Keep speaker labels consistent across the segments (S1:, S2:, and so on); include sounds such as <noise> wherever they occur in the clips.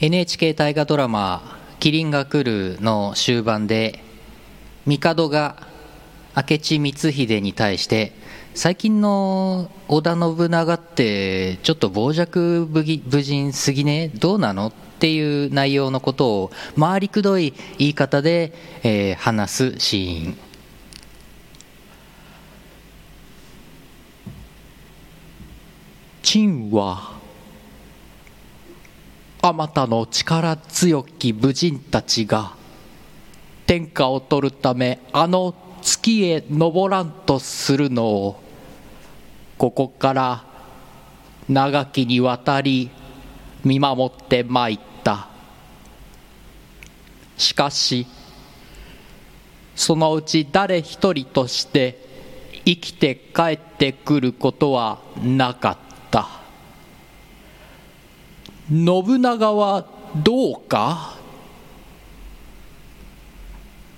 S1: NHK 大河ドラマ「麒麟が来る」の終盤で帝が明智光秀に対して最近の織田信長ってちょっと傍若無ぎ無人すぎねどうなのっていう内容のことを回りくどい言い方で、えー話すシーン陳はあまたの力強き武人たちが天下を取るためあの月へ登らんとするのをここから長きにわたり見守ってまいったしかしそのうち誰一人として生きて帰ってくることはなかった信長はどうか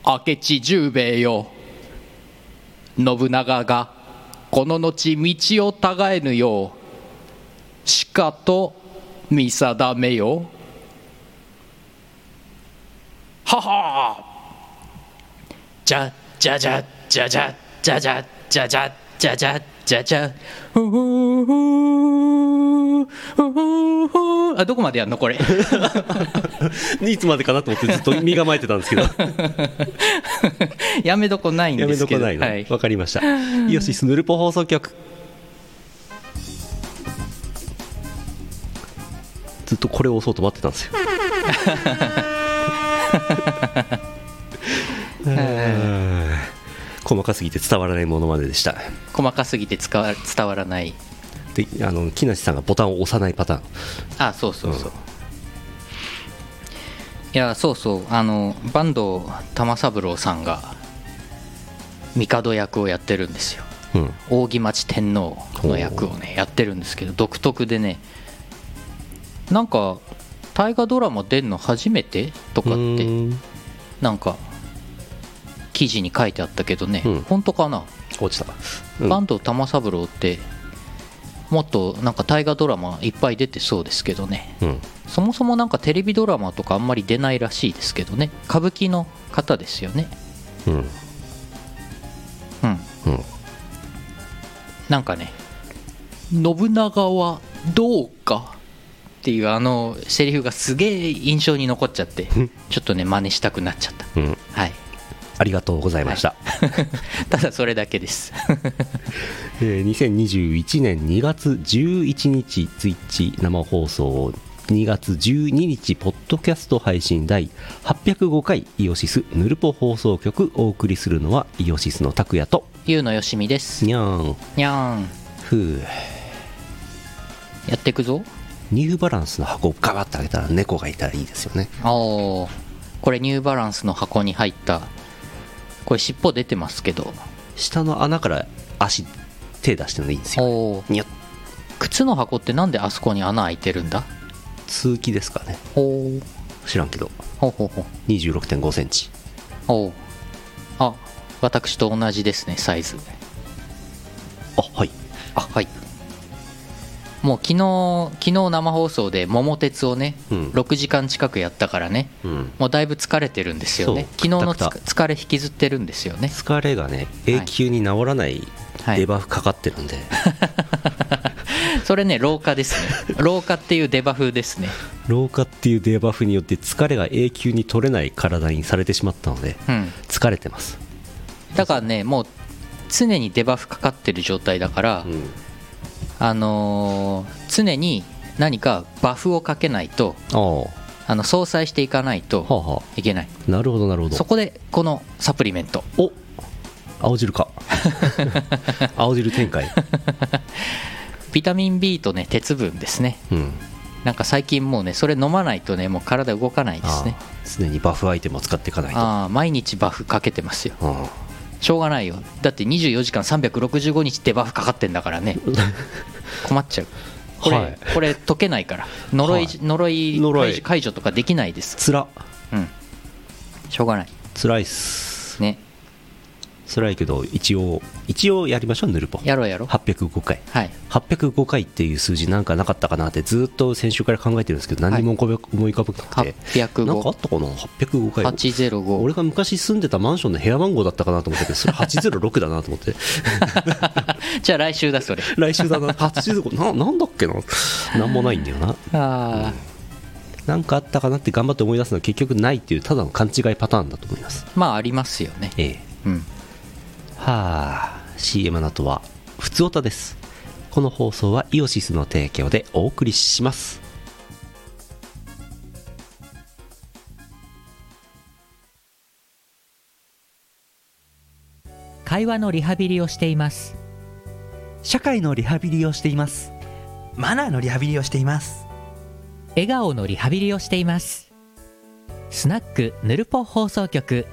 S1: 明智十兵衛よ信長がこの後道をたがえぬようしかと見定めよははじゃじゃじゃじゃじゃじゃじゃじゃじゃじゃじゃじゃじゃふふふふふあどこまでやんのこれ
S2: <laughs> いつまでかなと思ってずっと身構えてたんですけど
S1: <laughs> やめどこないん
S2: や
S1: で
S2: め
S1: す
S2: と
S1: け
S2: こ
S1: ど
S2: ないの、
S1: は
S2: わかり <laughs> ましたイオシスヌルポ放送局ずっとこれを押そうと待ってたんですようん細かすぎて伝わらないものまででした
S1: 細かすぎて使わ伝わらない
S2: であの木梨さんがボタンを押さないパターン
S1: あそうそうそう、いやそうそうあの坂東玉三郎さんが帝役をやってるんですよ
S2: うん
S1: 扇町天皇の役をねやってるんですけど独特でねなんか大河ドラマ出んの初めてとか
S2: う
S1: って
S2: ん
S1: なんか記事に書いてあったけどね、
S2: うん
S1: 本当かな
S2: 落ちた、うん
S1: 坂東玉三郎ってもっとなんか大河ドラマいっぱい出てそうですけどね
S2: うん
S1: そもそもなんかテレビドラマとかあんまり出ないらしいですけどね歌舞伎の方ですよね
S2: うん
S1: うん
S2: うん
S1: なんかね「信長はどうか」っていうあのセリフがすげえ印象に残っちゃ
S2: <laughs>
S1: って
S2: ん
S1: ちょっとね真似したくなっちゃった
S2: うん
S1: はい <laughs>
S2: ありがとうございました、
S1: ただそれだけです <laughs>
S2: えー2021年2月11日ツイッチ生放送2月12日ポッドキャスト配信第805回イオシスヌルポ放送局お送りするのはイオシスの拓也と
S1: ゆうのよしみです
S2: にゃーん
S1: にゃーん
S2: ふう
S1: やってくぞ
S2: ニューバランスの箱をガバッと開けたら猫がいたらいいですよね
S1: おーこれニューバランスの箱に入ったこれ尻尾出てますけど
S2: 下の穴から足手出してもいいんですよ
S1: おー
S2: にゃっ
S1: 靴の箱ってなんであそこに穴開いてるんだ
S2: 通気ですかね
S1: ほう
S2: 知らんけど
S1: ほうほうほう
S2: 2 6 5センチ
S1: おうあ私と同じですねサイズ
S2: あはい
S1: あはいもう昨日昨日生放送で「桃鉄」をね、
S2: うん
S1: 6時間近くやったからね
S2: うん
S1: もうだいぶ疲れてるんですよね
S2: そう
S1: 昨日のつ
S2: くたく
S1: 疲れ引きずってるんですよね
S2: 疲れがね永久に治らない
S1: はい
S2: デバフかかってるんで、 <laughs>
S1: それね老化ですね老化っていうデバフですね
S2: 老化っていうデバフによって疲れが永久に取れない体にされてしまったので
S1: うん
S2: 疲れてます、
S1: だからねもう常にデバフかかってる状態だから、あのー常に何かバフをかけないと
S2: ああは
S1: あの相殺していかない
S2: あ
S1: と
S2: はい
S1: けない
S2: あなるほどなるほ
S1: そ
S2: ど
S1: こでこのサプリメント
S2: お青汁か <laughs> 青汁
S1: <laughs>
S2: 展開
S1: ビタミン B とね鉄分ですね
S2: うん
S1: なんか最近もうねそれ飲まないとねもう体動かないで
S2: あ
S1: す
S2: あ
S1: ね
S2: 常にバフアイテムを使っていかないと
S1: ああ毎日バフかけてますよ
S2: うん
S1: しょうがないよだって24時間365日デバフかかってんだから
S2: <laughs>
S1: ね困っちゃうこれ,、
S2: はい
S1: これ解けないから呪い,、
S2: はい
S1: 呪い
S2: 呪い
S1: 解除解除とかできないです
S2: つら
S1: うんしょうがない
S2: つらいっす
S1: ね
S2: それはいいけど一応一応やりましょうヌルポ
S1: やろうやろう
S2: 805回
S1: はい
S2: 805回っていう数字なんかなかったかなってずっと先週から考えてるんですけど何にも思い思い浮かばなくて、
S1: 805
S2: なんかあったかな805回
S1: 805
S2: 俺が昔住んでたマンションの部屋番号だったかなと思ったけどそれ806だなと思って <laughs>
S1: じゃあ来週だそれ
S2: 来週だな805ななんだっけななんもないんだよな
S1: ああ、
S2: なんかあったかなって頑張って思い出すのは結局ないっていうただの勘違いパターンだと思います
S1: まあありますよね
S2: ええ
S1: うん
S2: はあ CM の後は「ふつおた」ですこの放送はイオシスの提供でお送りします
S3: 会話のリハビリをしています
S4: 社会のリハビリをしていますマナーのリハビリをしています
S3: 笑顔のリハビリをしていますスナックぬるぽ放送局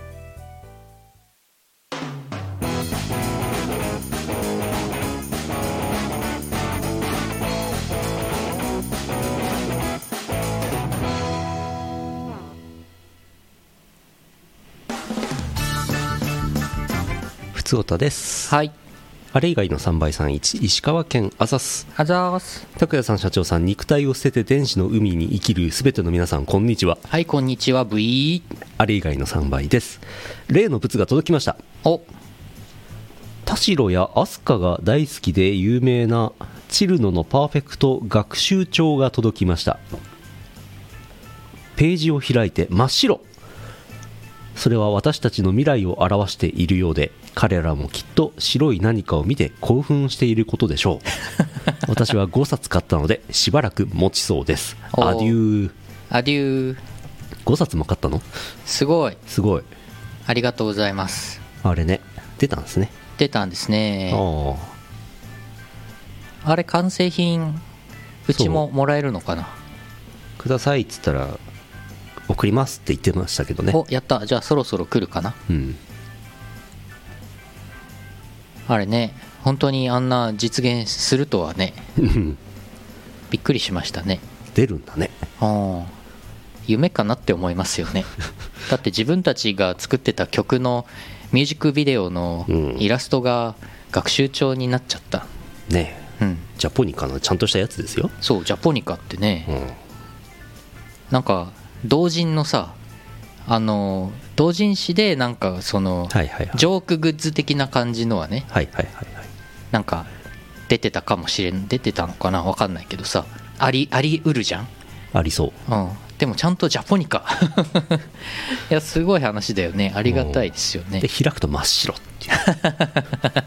S2: ふつおたです
S1: はい
S2: あれ以外の3倍さん1石川県あざす
S1: あざーす
S2: 拓也さん社長さん肉体を捨てて電子の海に生きるすべての皆さんこんにちは
S1: はいこんにちは V
S2: あれ以外の3倍です例の物が届きました
S1: お
S2: 田代や飛鳥が大好きで有名なチルノのパーフェクト学習帳が届きましたページを開いて真っ白それは私たちの未来を表しているようで彼らもきっと白い何かを見て興奮していることでしょ
S1: <laughs>
S2: う私は5冊買ったのでしばらく持ちそうです
S1: おー
S2: アデュー
S1: アデュー
S2: 5冊も買ったの
S1: すごい
S2: すごい
S1: ありがとうございます
S2: あれね出たんですね
S1: 出たんです
S2: あ
S1: ね
S2: ー
S1: あれ完成品うちももらえるのかな、
S2: くださいっつったら送りますって言ってましたけどね
S1: おやったじゃあそろそろ来るかな
S2: うん <laughs>
S1: あれね本当にあんな実現するとはねびっくりしましたね
S2: 出るんだね
S1: うん夢かなって思いますよねだって自分たちが作ってた曲のミュージックビデオの
S2: うん
S1: イラストが学習帳になっちゃった
S2: ねえ
S1: うん
S2: ジャポニカのちゃんとしたやつですよ、
S1: そうジャポニカってね、
S2: うん、
S1: なんか同人のさあの同人誌でなんかその、
S2: はいはいはい
S1: ジョークグッズ的な感じのはね
S2: はいはいはいはい
S1: なんか出てたかもしれん出てたのかなわかんないけどさありありうるじゃん、
S2: ありそう
S1: うん、でもちゃんとジャポニカ <laughs> いやすごい話だよねありがたいですよね
S2: で開くと真っ白ってい
S1: <laughs>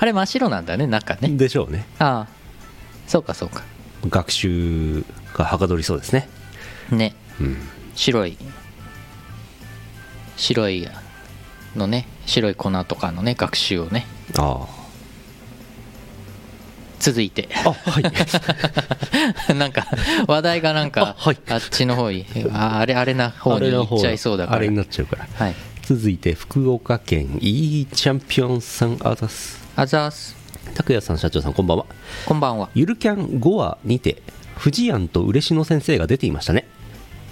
S1: あれ真っ白なんだね中
S2: う
S1: ね
S2: でしょうね
S1: ああそうかそうか
S2: 学習がはかどりそうですね
S1: ね
S2: うん
S1: 白い白いのね白い粉とかのね学習をね
S2: あ
S1: 続いて <laughs>
S2: ああはい
S1: なんか話題がなんか
S2: あはい
S1: あっちの方にああれあれな方に行っちゃいそうだか
S2: あれ
S1: ら
S2: になっちゃうから
S1: はい
S2: 続いて福岡県いいチャンピオンさんあざす
S1: あざーす
S2: 拓也さん社長さんこんばんは
S1: こんばんは
S2: ゆるキャン5話にて藤庵と嬉野先生が出ていましたね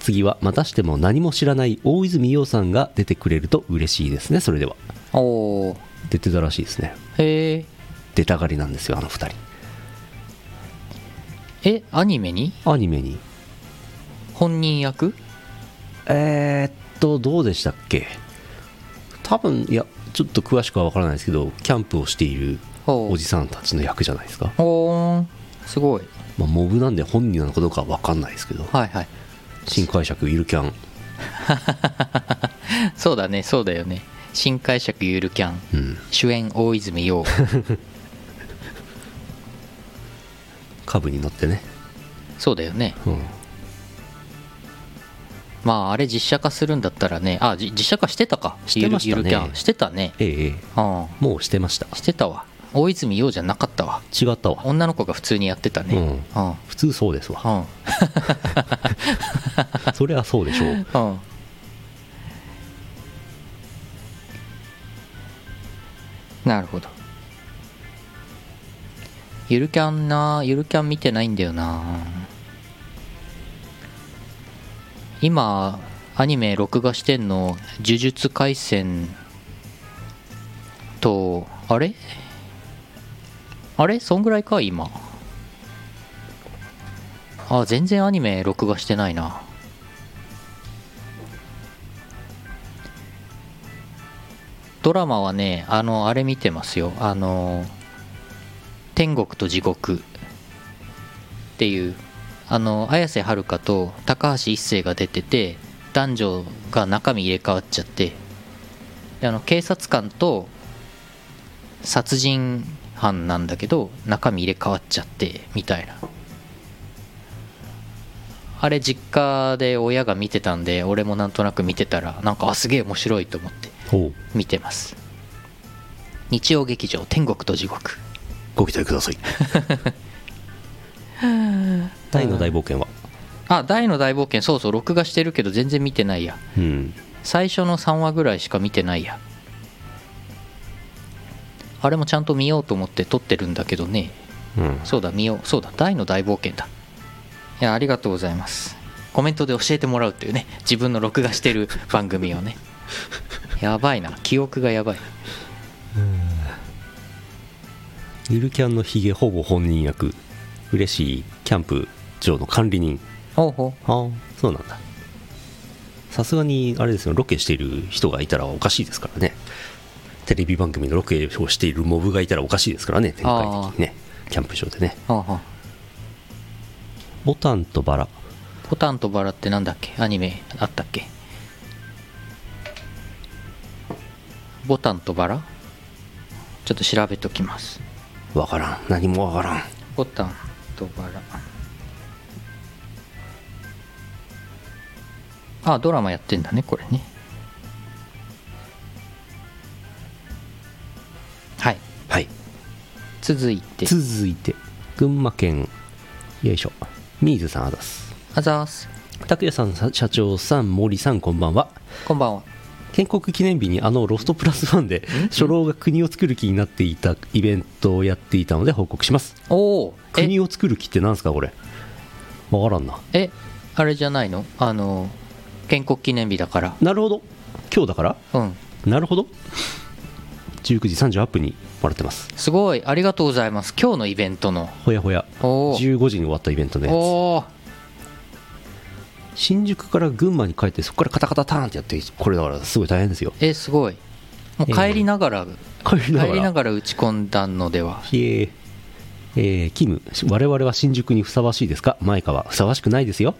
S2: 次はまたしても何も知らない大泉洋さんが出てくれると嬉しいですねそれでは
S1: おお
S2: 出てたらしいですね
S1: へえ
S2: 出たがりなんですよあの2人
S1: えアニメに
S2: アニメに
S1: 本人役
S2: えー、っとどうでしたっけ多分いやちょっと詳しくは分からないですけどキャンプをしている
S1: ほう
S2: おじさんたちの役じゃないですか、
S1: おーすごい
S2: まあ、モブなんで本人なのかどうかは分かんないですけど
S1: はいはい
S2: 新解釈ゆるキャン
S1: そうだねそうだよね新解釈ゆるキャン、
S2: うん
S1: 主演大泉洋
S2: 株に乗ってね、
S1: そうだよね
S2: うん、
S1: まああれ実写化するんだったらねあじ実写化してたか
S2: してましたね
S1: ゆるゆるキャンしてたね
S2: ええええ
S1: うん
S2: もうしてました
S1: してたわ大泉洋じゃなかったわ
S2: 違ったわ
S1: 女の子が普通にやってたね
S2: うん
S1: うんうん
S2: 普通そうですわそれはそうでしょ <laughs> う
S1: うんなるほどゆるキャンなゆるキャン見てないんだよな今アニメ録画してんの「呪術廻戦とあれあれそんぐらいか今あ全然アニメ録画してないなドラマはねあのあれ見てますよあの天国と地獄っていうあの綾瀬はるかと高橋一生が出てて男女が中身入れ替わっちゃってであの警察官と殺人犯なんだけど中身入れ替わっちゃってみたいなあれ実家で親が見てたんで俺もなんとなく見てたらなんかあすげえ面白いと思って
S2: おう
S1: 見てます日曜劇場「天国と地獄
S2: ご期待くださ <laughs> い大の大冒険は」
S1: あ大の大冒険そうそう録画してるけど全然見てないや
S2: うん
S1: 最初の3話ぐらいしか見てないやあれもちゃんと見ようと思って撮ってるんだけどね
S2: うん
S1: そうだ見ようそうだ大の大冒険だいやありがとうございますコメントで教えてもらうっていうね自分の録画してる番組を <laughs> ねやばいな記憶がやばい
S2: ゆるキャンのヒゲほぼ本人役嬉しいキャンプ場の管理人
S1: ほうほう
S2: ああそうなんださすがにあれですよロケしている人がいたらおかしいですからねテレビ番組のロケをしているモブがいたらおかしいですからね展開的にねキャンプ場でね
S1: ほうほう
S2: ボタンとバラ
S1: ボタンとバラってなんだっけアニメあったっけボタンとバラちょっと調べときます
S2: わからん何もわからん
S1: ボタンとバラあドラマやってんだねこれねはい
S2: はい
S1: 続いて
S2: 続いて群馬県よいしょミーズさんあざす
S1: あざーす
S2: 拓也さんさ社長さん森さんこんばんは
S1: こんばんは
S2: 建国記念日にあのロストプラスワンで初老が国を作る気になっていたイベントをやっていたので報告します
S1: おお
S2: 国を作る気ってなんですかこれわからんな
S1: ええあれじゃないのあの建国記念日だから
S2: なるほど今日だから
S1: うん
S2: なるほど19時38分にもらってます
S1: すごいありがとうございます今日のイベントの
S2: ほやほや
S1: おー
S2: 15時に終わったイベントのや
S1: おー
S2: つ新宿から群馬に帰ってそこからカタカタターンってやってこれだからすごい大変ですよ
S1: えすごいもう帰りながら、
S2: 帰りな
S1: 帰
S2: が
S1: りな
S2: ら
S1: がら打ち込んだのでは
S2: ひえーえーキム我々は新宿にふさわしいですかマイカはふさわしくないです <laughs> よ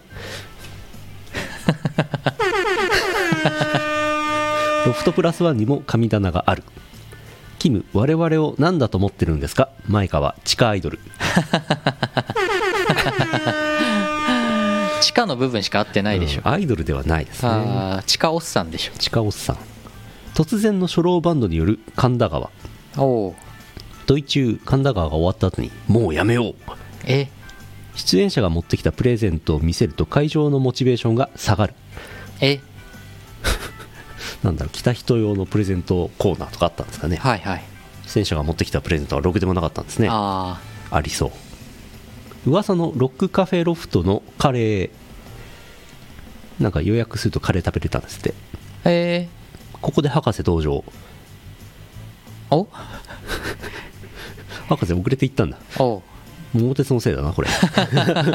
S2: ロフトプラスワンにも神棚があるキム我々を何だと思ってるんですかマイカは地下アイドル
S1: 地下の部分しか合ってないでしょ、
S2: うんアイドルではないですね
S1: あー地下おっさんでしょ
S2: 地下おっさん突然の初老バンドによる神田川
S1: おお
S2: 土井中神田川が終わった後にもうやめよう
S1: え
S2: 出演者が持ってきたプレゼントを見せると会場のモチベーションが下がる
S1: え
S2: なんだろう来た人用のプレゼントコーナーとかあったんですかね
S1: はいはい、
S2: 出演者が持ってきたプレゼントはろくでもなかったんですねあ
S1: あ
S2: りそう噂のロックカフェロフトのカレーなんか予約するとカレー食べれたんですって
S1: あえ
S2: ここで博士登場
S1: ー、お
S2: 博士遅れて行ったんだ
S1: おう
S2: 桃鉄のせいだな
S1: <laughs>
S2: これ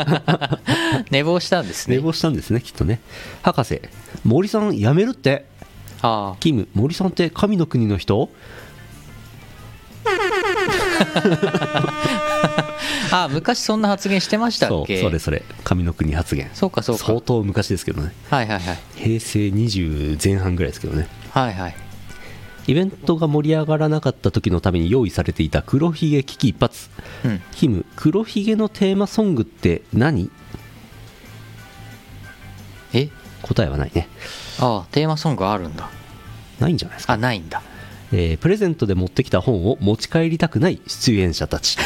S2: <laughs>
S1: 寝坊したんです
S2: 寝
S1: ね
S2: 坊したんですねきっとね博士森さんやめるって
S1: あ
S2: キム森さんって神の国の人
S1: ーあー昔そんな発言してましたっ
S2: そう
S1: け
S2: それそれ神の国発言
S1: そうかそうか
S2: 相当昔ですけどね
S1: はいはいはい
S2: 平成20前半ぐらいですけどね
S1: はいはい
S2: イベントが盛り上がらなかった時のために用意されていた黒ひげ危機一髪
S1: うん
S2: キム黒ひげのテーマソングって何
S1: え
S2: 答えはないね
S1: ああテーマソングあるんだ
S2: ないんじゃないですか、
S1: あないんだ
S2: えープレゼントで持ってきた本を持ち帰りたくない出演者たち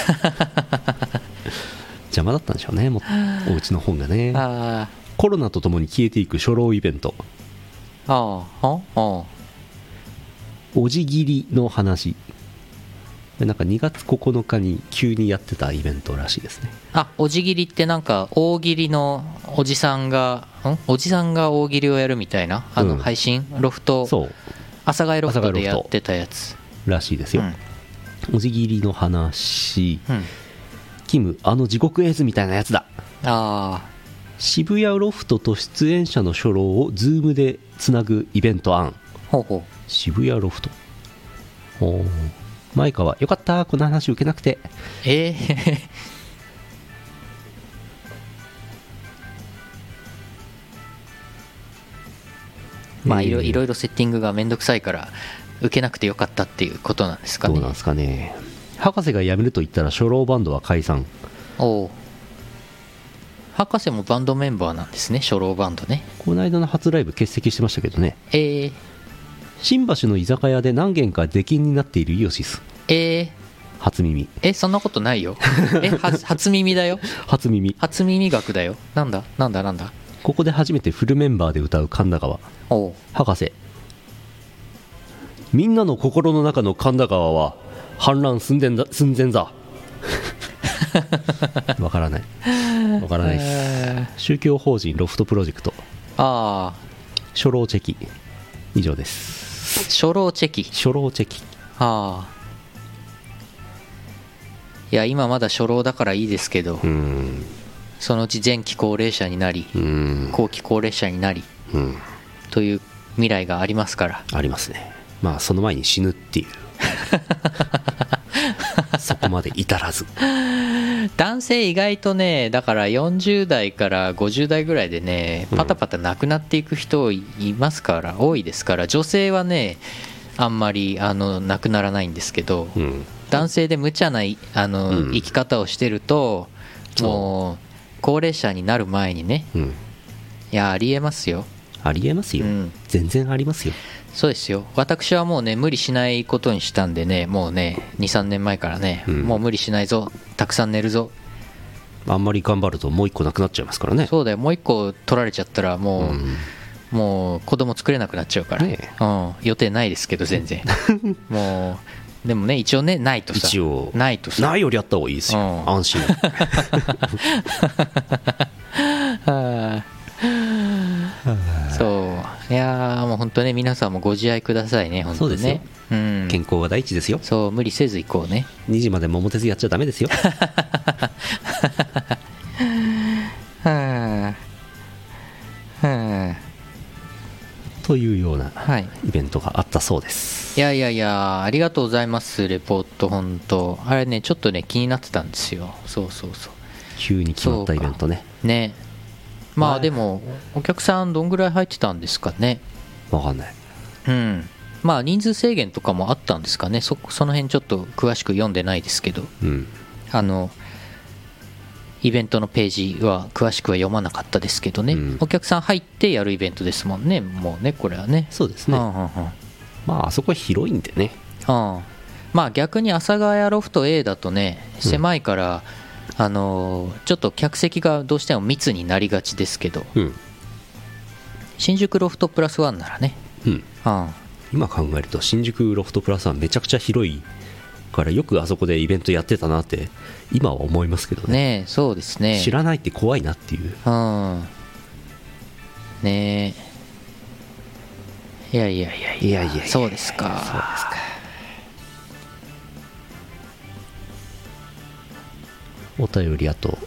S2: <laughs> 邪魔だったんでしょうねもお家の本がね
S1: あ
S2: コロナとともに消えていく初老イベント
S1: ーあーああ
S2: おじぎりの話なんか2月9日に急にやってたイベントらしいですね
S1: あおじぎりってなんか大喜利のおじさんがんおじさんが大喜利をやるみたいなあ
S2: う
S1: の
S2: ん
S1: 配信、ロフト
S2: そう
S1: 朝帰ロフトで
S2: 朝
S1: や
S2: 帰ロフト
S1: ってたやつ
S2: らしいですよ、おじぎりの話
S1: うんうん
S2: キムあの地獄絵図みたいなやつだ
S1: あ
S2: 渋谷ロフトと出演者の初老をズームでつなぐイベント案
S1: あほうほ
S2: 渋谷ロフトおーマイカはよかったこの話受けなくて
S1: うえー、 <laughs> まあいろいろいろセッティングがめんどくさいから受けなくてよかったっていうことなんですか
S2: ど
S1: ね
S2: うなんですかね博士が辞めると言ったら初老バンドは解散
S1: おう博士もバンドメンバーなんですね初老バンドね
S2: この間の初ライブ欠席してましたけどね
S1: えー、
S2: 新橋の居酒屋で何軒か出禁になっているイオシス
S1: えー、
S2: 初耳
S1: えそんなことないよえは初耳だよ
S2: 初耳
S1: 初耳学だよなんだなんだなんだ
S2: ここで初めてフルメンバーで歌う神田川
S1: おう
S2: 博士みんなの心の中の神田川は氾濫寸前だ寸前だ <laughs> わからないわからないです
S1: えー
S2: 宗教法人ロフトプロジェクト
S1: ああ
S2: 初老チェキ以上です
S1: 初老チェキ
S2: 初老チェキ
S1: ああいや今まだ初老だからいいですけど、
S2: うーん
S1: そのうち前期高齢者になり、
S2: うーん
S1: 後期高齢者になり
S2: うん
S1: という未来がありますから
S2: ありますねまあその前に死ぬっ
S1: <laughs>
S2: ていうそこまで至らず
S1: 男性意外とねだから40代から50代ぐらいでねパタパタなくなっていく人いますから、多いですから女性はねあんまりあのなくならないんですけど、
S2: うん
S1: 男性で無茶ないあの、
S2: うん
S1: 生き方をしてると
S2: そう
S1: もう高齢者になる前にね
S2: うん
S1: いやありえますよ
S2: ありえますよ、
S1: うん
S2: 全然ありますよ
S1: そうですよ私はもうね無理しないことにしたんでねもうね23年前からね、
S2: うん
S1: もう無理しないぞたくさん寝るぞ
S2: あんまり頑張るともう一個なくなっちゃいますからね
S1: そうだよもう一個取られちゃったらもう、
S2: ん
S1: もう子供作れなくなっちゃうから、
S2: ね
S1: うん、予定ないですけど全
S2: <laughs>
S1: 然もうでもね一応ねないとさ
S2: 一応
S1: ないと
S2: <laughs>
S1: さ
S2: ないよりあった方がいいですよ、
S1: うん
S2: 安心
S1: はあそういやーもう本当ね皆さんもご自愛くださいね本当ね
S2: そうですよ
S1: うん、
S2: 健康が第一ですよ
S1: そう無理せず行こうね
S2: 2時まで桃鉄やっちゃダメですよ
S1: はあは
S2: というような
S1: あはい
S2: イベントがあったそうです
S1: いやいやいやありがとうございますレポート本当あれねちょっとね気になってたんですよそうそうそう
S2: 急に決まったイベントね
S1: ねま
S2: は
S1: あ
S2: い
S1: でもお客さんどんぐらい入ってたんですかね
S2: わかんない
S1: うんまあ人数制限とかもあったんですかねそその辺ちょっと詳しく読んでないですけど
S2: うん
S1: あのイベントのページは詳しくは読まなかったですけどね、
S2: うん
S1: お客さん入ってやるイベントですもんねもうねこれはね
S2: そうですね、
S1: うんうんうん
S2: まああそこは広いんでね
S1: うん、まあ逆に阿佐ヶ谷ロフト A だとね狭いから、あのーちょっと客席がどうしても密になりがちですけど
S2: うん
S1: 新宿ロフトプラスワンならね、
S2: うん
S1: うん、
S2: 今考えると新宿ロフトプラスはめちゃくちゃ広いからよくあそこでイベントやってたなって今は思いますけどね
S1: ねえそうですね
S2: 知らないって怖いなっていう
S1: うんねえいやいやいやいや
S2: いやいやいや
S1: そうですか
S2: お便りあと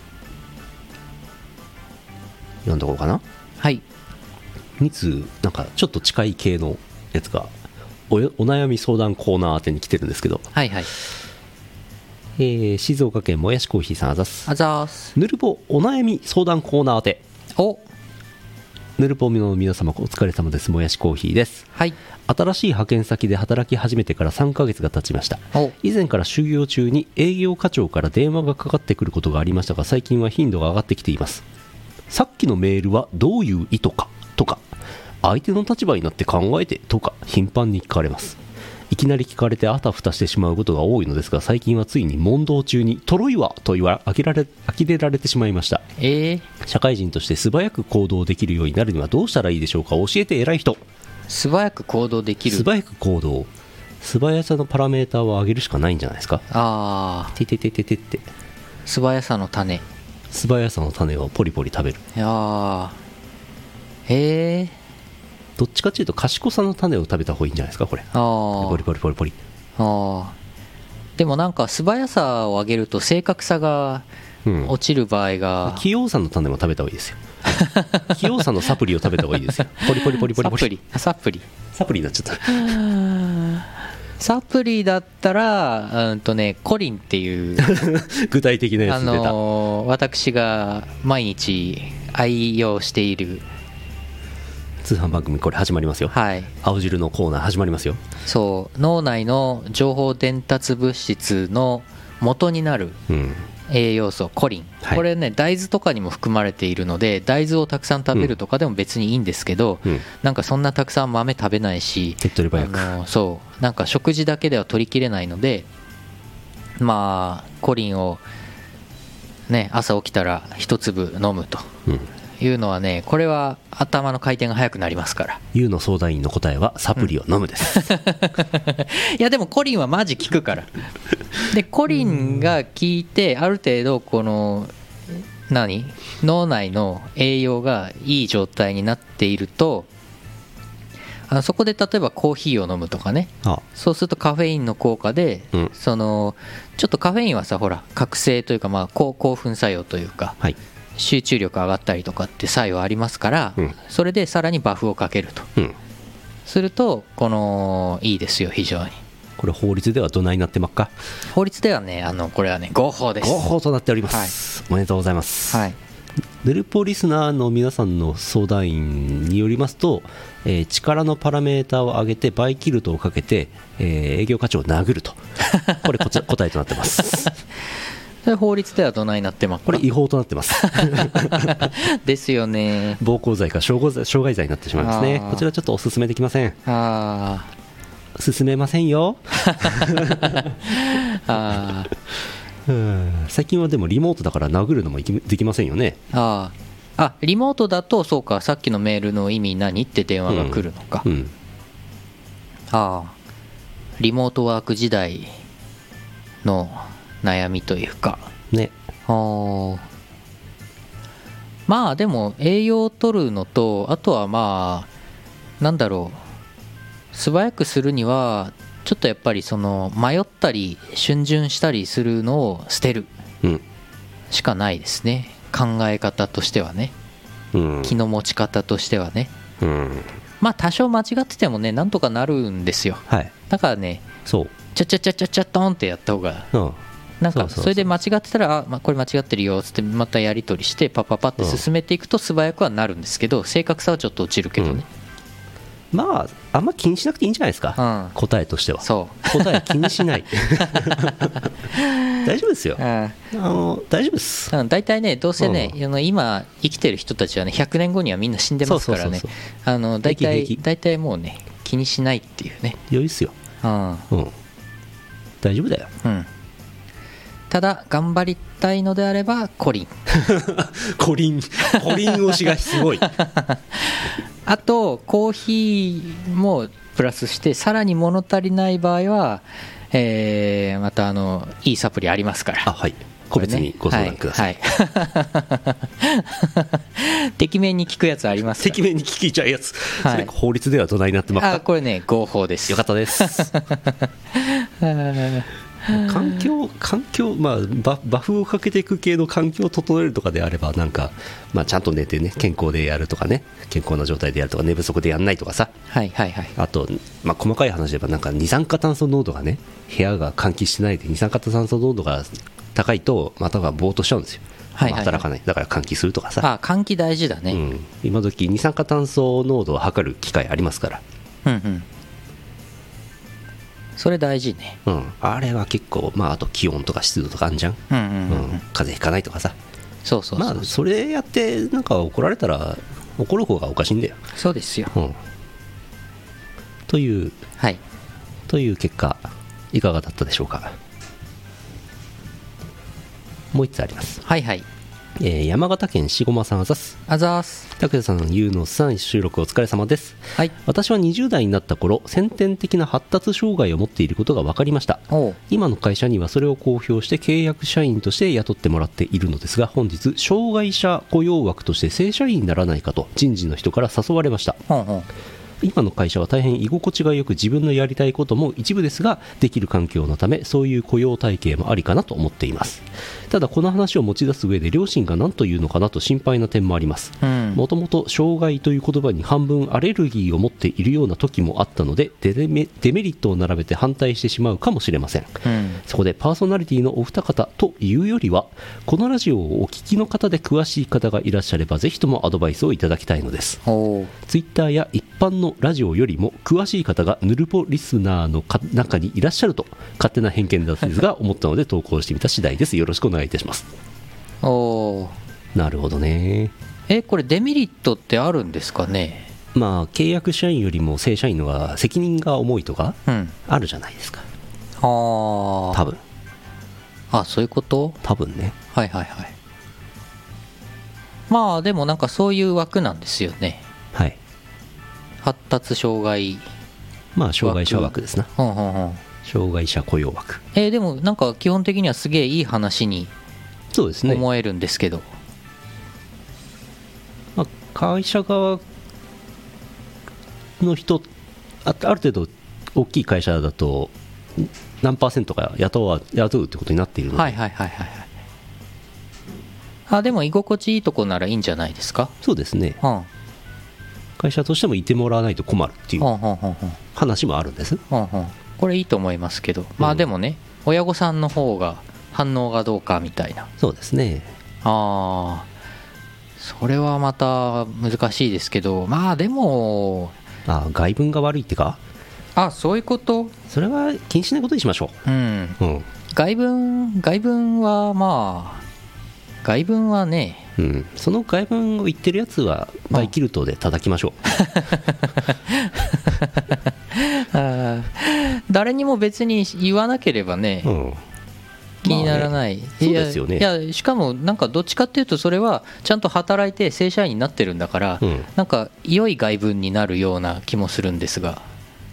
S2: 読んどこうかな
S1: はい
S2: 2通なんかちょっと近い系のやつがおよお悩み相談コーナー宛てに来てるんですけど、
S1: はいはい
S2: えー静岡県もやしコーヒーさんあざっす
S1: あざーす
S2: ぬるぼお悩み相談コーナー宛て
S1: お
S2: ぬるぼの皆様お疲れ様ですもやしコーヒーです
S1: はい
S2: 新しい派遣先で働き始めてから3ヶ月が経ちました
S1: お
S2: 以前から修行中に営業課長から電話がかかってくることがありましたが最近は頻度が上がってきていますさっきのメールはどういう意図かとか相手の立場になって考えてとか頻繁に聞かれますいきなり聞かれてあたふたしてしまうことが多いのですが最近はついに問答中に「とろいわ!」と言わ呆れられ呆れられてしまいました
S1: えー、
S2: 社会人として素早く行動できるようになるにはどうしたらいいでしょうか教えて偉い人
S1: 素早く行動できる
S2: 素早く行動素早さのパラメーターを上げるしかないんじゃないですか
S1: あ
S2: てててててって
S1: あ素早さの種
S2: 素早さの種をポリポリ食べる
S1: いやーへえ
S2: どっちかっていうと賢さの種を食べた方がいいんじゃないですかこれ
S1: あ
S2: ポリ
S1: ー
S2: ポリポリポリ
S1: あーでもなんか素早さを上げると正確さが
S2: うん
S1: 落ちる場合が、
S2: 器用さの種も食べた方がいいですよ器用さのサプリを食べた方がいい
S1: <laughs>
S2: ですよポリポリポリポリ
S1: サ
S2: ポリ
S1: プリサプリ
S2: サプリになっちゃった <laughs>
S1: サプリだったらうんとねコリンっていう
S2: <laughs> 具体的なや
S1: あ
S2: つ出た、
S1: のー私が毎日愛用している
S2: 通販番組これ始まりますよ、
S1: はい
S2: 青汁のコーナー始まりますよ
S1: そう脳内の情報伝達物質の元になる
S2: うん
S1: 栄養素コリン、
S2: はい
S1: これね大豆とかにも含まれているので大豆をたくさん食べるとかでも別にいいんですけど、
S2: うん
S1: なんかそんなたくさん豆食べないし
S2: 手っ取り早く
S1: あのそうなんか食事だけでは取りきれないのでまあコリンをね朝起きたら一粒飲むと
S2: うん
S1: いうのはねこれは頭の回転が速くなりますから
S2: ゆうの相談員の答えはサプリを飲むです、
S1: <laughs> いやでもコリンはマジ効くからでコリンが効いてある程度この何脳内の栄養がいい状態になっているとあのそこで例えばコーヒーを飲むとかね
S2: あ
S1: そうするとカフェインの効果で、
S2: うん
S1: そのちょっとカフェインはさほら覚醒というか、まあ、興興奮作用というか
S2: はい
S1: 集中力上がったりとかって作用ありますから、
S2: うん
S1: それでさらにバフをかけると
S2: うん
S1: するとこのいいですよ非常に
S2: これ法律ではどないなってまっか
S1: 法律ではねあのこれはね合法です
S2: 合法となっております、おめでとうございます、
S1: はい
S2: ヌルポリスナーの皆さんの相談員によりますと、えー力のパラメーターを上げて倍キルトをかけて、えー営業課長を殴るとこれこちら答えとなっ
S1: <laughs>
S2: てます
S1: それ法律ではどないなってまっか
S2: これ違法となってます
S1: <laughs> ですよね
S2: 暴行罪か傷害罪傷害罪になってしまいますね
S1: あー
S2: こちらちょっとお勧めできません
S1: あ
S2: 勧めませんよ
S1: ーあー
S2: うん最近はでもリモートだから殴るのもいきできませんよね
S1: あーあリモートだとそうかさっきのメールの意味何って電話が来るのか、
S2: うん
S1: ああリモートワーク時代の悩みというか
S2: ね
S1: あーまあでも栄養を取るのとあとはまあなんだろう素早くするにはちょっとやっぱりその迷ったり逡巡したりするのを捨てる
S2: うん
S1: しかないですね考え方としてはね
S2: うん
S1: 気の持ち方としてはね
S2: うん
S1: まあ多少間違っててもねなんとかなるんですよ
S2: はい
S1: だからね
S2: そう
S1: ちゃちゃちゃちゃちゃとんってやった方が
S2: うん
S1: なん
S2: そう
S1: か
S2: そうそう
S1: それで間違ってたらあ、まあ、これ間違ってるよっつってまたやり取りしてパッパッパって進めていくと素早くはなるんですけど正確さはちょっと落ちるけどね、
S2: まああんま気にしなくていいんじゃないですか、
S1: うん
S2: 答えとしては
S1: そ
S2: 答え気にしない <laughs> 大丈夫ですよ
S1: う、う
S2: あ
S1: ん、
S2: の大丈夫です
S1: うん大体ねどうせね、
S2: うん
S1: あの今生きてる人たちはね100年後にはみんな死んでますからね
S2: そうそう
S1: あの大
S2: 平
S1: 体
S2: 気平気
S1: 大体もうね気にしないっていうね
S2: 良いっすよ
S1: うん
S2: うん大丈夫だよ
S1: うんただ頑張りたいのであればコリン
S2: コリンコリン推しがすご <laughs> い
S1: あとコーヒーもプラスしてさらに物足りない場合は、えーまたあのいいサプリありますから
S2: あはい個別にご相談ください、
S1: い、はい <laughs> てきめんに効くやつあります
S2: て
S1: か
S2: きめんに聞いちゃうやつ、
S1: はい
S2: それ法律ではどないなってまっ
S1: らあ
S2: か
S1: これね合法です
S2: よかったです環境環境まあババフをかけていく系の環境を整えるとかであればなんか、まあ、ちゃんと寝てね健康でやるとかね健康な状態でやるとか寝不足でやんないとかさ
S1: はいはいはい
S2: あと、まあ、細かい話で言えばなんか二酸化炭素濃度がね部屋が換気してないで二酸化炭素濃度が高いとまたがぼーっとしちゃうんですよ、
S1: はいはいはい
S2: 働かないだから換気するとかさ、
S1: あ換気大事だ
S2: う
S1: ね
S2: ん、今時二酸化炭素濃度を測る機械ありますから、
S1: うんうんそれ大事ね
S2: うん、あれは結構、まあ、あと気温とか湿度とかあんじゃん、
S1: うんう
S2: うんん
S1: うん、
S2: 風邪ひかないとかさ
S1: そうそうそう、
S2: まあそれやってなんか怒られたら怒る方がおかしいんだよ、
S1: そうですよ
S2: うん、という
S1: はい
S2: という結果いかがだったでしょうかもう一つあります、
S1: はいはい
S2: えー山形県しごまさんあざす
S1: あざーす
S2: 拓也さんゆうのさん収録お疲れ様です
S1: はい
S2: 私は20代になった頃先天的な発達障害を持っていることが分かりました
S1: おう
S2: 今の会社にはそれを公表して契約社員として雇ってもらっているのですが本日障害者雇用枠として正社員にならないかと人事の人から誘われました
S1: ほんほん
S2: 今の会社は大変居心地がよく自分のやりたいことも一部ですができる環境のためそういう雇用体系もありかなと思っていますただこの話を持ち出す上で両親が何と言うのかなと心配な点もあります
S1: うん
S2: もともと障害という言葉に半分アレルギーを持っているような時もあったのでデデメデメリットを並べて反対してしまうかもしれません
S1: うん
S2: そこでパーソナリティのお二方というよりはこのラジオをお聞きの方で詳しい方がいらっしゃればぜひともアドバイスをいただきたいのです
S1: おう
S2: ツイッターや一般のラジオよりも詳しい方がヌルポリスナーのか中にいらっしゃると勝手な偏見だったんですが思ったので投稿してみた次第ですよろしくお願いいたします
S1: おう
S2: なるほどね
S1: えこれデメリットってあるんですかね
S2: まあ契約社員よりも正社員の方が責任が重いとか
S1: うん
S2: あるじゃないですか
S1: あ
S2: 多分
S1: ああそういうこと
S2: 多分ね
S1: はいはいはいまあでもなんかそういう枠なんですよね
S2: はい
S1: 発達障害
S2: まあ障害者枠ですな
S1: ほんほんほん
S2: 障害者雇用枠
S1: えーでもなんか基本的にはすげえいい話に
S2: そうですね
S1: 思えるんですけど、
S2: まあ、会社側の人あある程度大きい会社だとん何パーセントか雇わ雇うってことになっているので、
S1: はいはいはいはいはいあでも居心地いいとこならいいんじゃないですか
S2: そうですね
S1: うん
S2: 会社としてもいてもらわないと困るっていう
S1: ほんほんほんほん
S2: 話もあるんです
S1: ほんほんこれいいと思いますけどま
S2: う
S1: あ
S2: ん
S1: でもね、親御さんの方が反応がどうかみたいな
S2: そうですね
S1: ああそれはまた難しいですけどまあでも
S2: あ外分が悪いってか
S1: あそういうこと
S2: それは気にしないことにしましょ
S1: うん
S2: ううん
S1: 外文外文はまあ外文はね
S2: <laughs> うん、その外分を言ってるやつはバイキルトで叩きましょう
S1: あー誰にも別に言わなければね、
S2: うん、
S1: 気になら
S2: まあね
S1: ない、
S2: そう
S1: いや
S2: ですよね
S1: いやしかもなんかどっちかっていうとそれはちゃんと働いて正社員になってるんだから、
S2: うん
S1: なんか良い外文になるような気もするんですが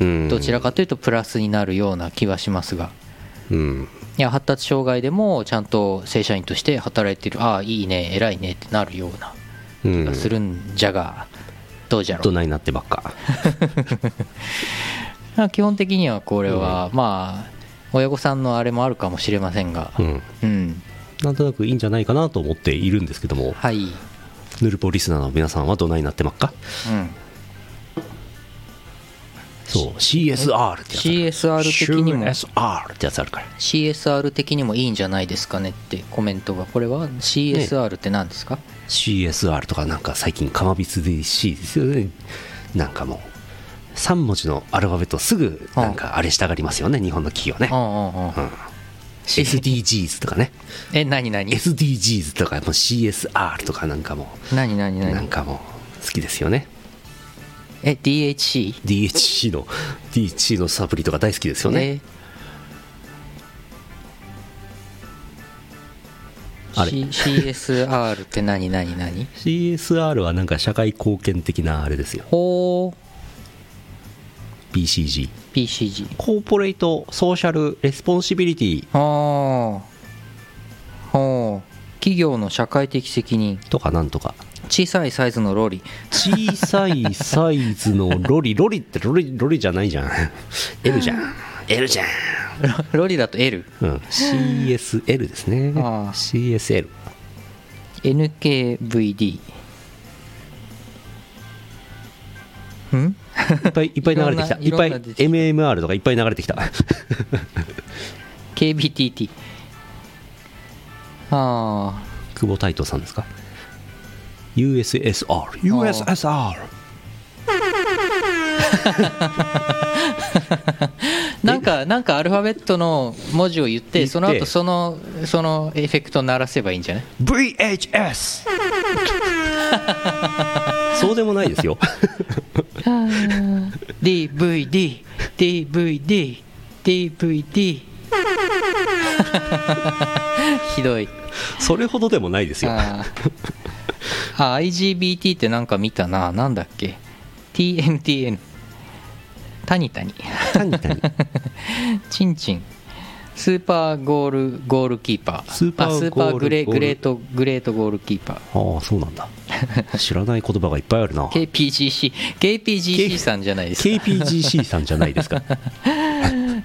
S2: うん、
S1: どちらかというとプラスになるような気はしますが
S2: うん
S1: いや発達障害でもちゃんと正社員として働いてるああいいね偉いねってなるような
S2: う
S1: 気
S2: ん
S1: がするんじゃが、どうじゃろ
S2: ど
S1: う
S2: ないなってばっか
S1: まあ基本的にはこれは、まあ親御さんのあれもあるかもしれませんが
S2: うん
S1: うん
S2: なんとなくいいんじゃないかなと思っているんですけども、
S1: はい、うん、
S2: ヌルポリスナーの皆さんはどないなってまっかそう、CSR ってやつ。
S1: CSR 的にも
S2: CSR ってやつあるから。
S1: CSR 的にもいいんじゃないですかねってコメントがこれは CSR って何ですか、
S2: CSR とかなんか最近カマビスで C ですよね。なんかもう、3文字のアルファベットすぐなんかあれしたがりますよね、日本の企業ね
S1: う。んうんうん
S2: うん SDGs とかね。
S1: え何何
S2: SDGs とかもう CSR とかなんかも
S1: 何何
S2: う、なん
S1: 何
S2: かもう好きですよね。
S1: え DHC?
S2: DHC の、DHC のサプリとか大好きですよね。
S1: え
S2: あれ
S1: C- CSR って何何何
S2: CSR はなんか社会貢献的なあれですよ
S1: ほ
S2: BCG
S1: う PCG
S2: コーポレートソーシャルレスポンシビリティ
S1: はあほう企業の社会的責任
S2: とかなんとか
S1: 小さいサイズのロリ <laughs>
S2: 小さいサイズのロリロリってロリロリじゃないじ <laughs> ゃん L じゃん L じゃん、
S1: ロリだと LNK
S2: うん、CSL ですね
S1: ああ
S2: CSL
S1: VD ん
S2: いっぱいいっぱい流れてきたい
S1: い
S2: っ
S1: ろ
S2: ぱ
S1: んないいろんな出てきた
S2: MMR とかいっぱい流れてきた <laughs>
S1: KBTT あ
S2: 久保泰斗さんですか USSR USSR
S1: あ <laughs> なんかなんかアルファベットの文字を言って
S2: 言って
S1: その後そのそのエフェクト鳴らせばいいんじゃない
S2: <laughs>
S4: VHS
S2: そうでもないですよ <laughs>
S1: DVD DVD DVD ひどい
S2: それほどでもないですよ
S1: あーあ IGBT ってなんか見たななんだっけ TMTN タニタニ
S2: 単に <laughs> 単に
S1: <laughs> チンチンスーパーゴールゴールキーパー
S2: スーパー
S1: あスーパーグレ
S2: ゴール
S1: グレートグレートゴールキーパー
S2: ああそうなんだ知らない言葉がいっぱいあるな
S1: KPGC KPGC さんじゃないですか
S2: KPGC さんじゃないですか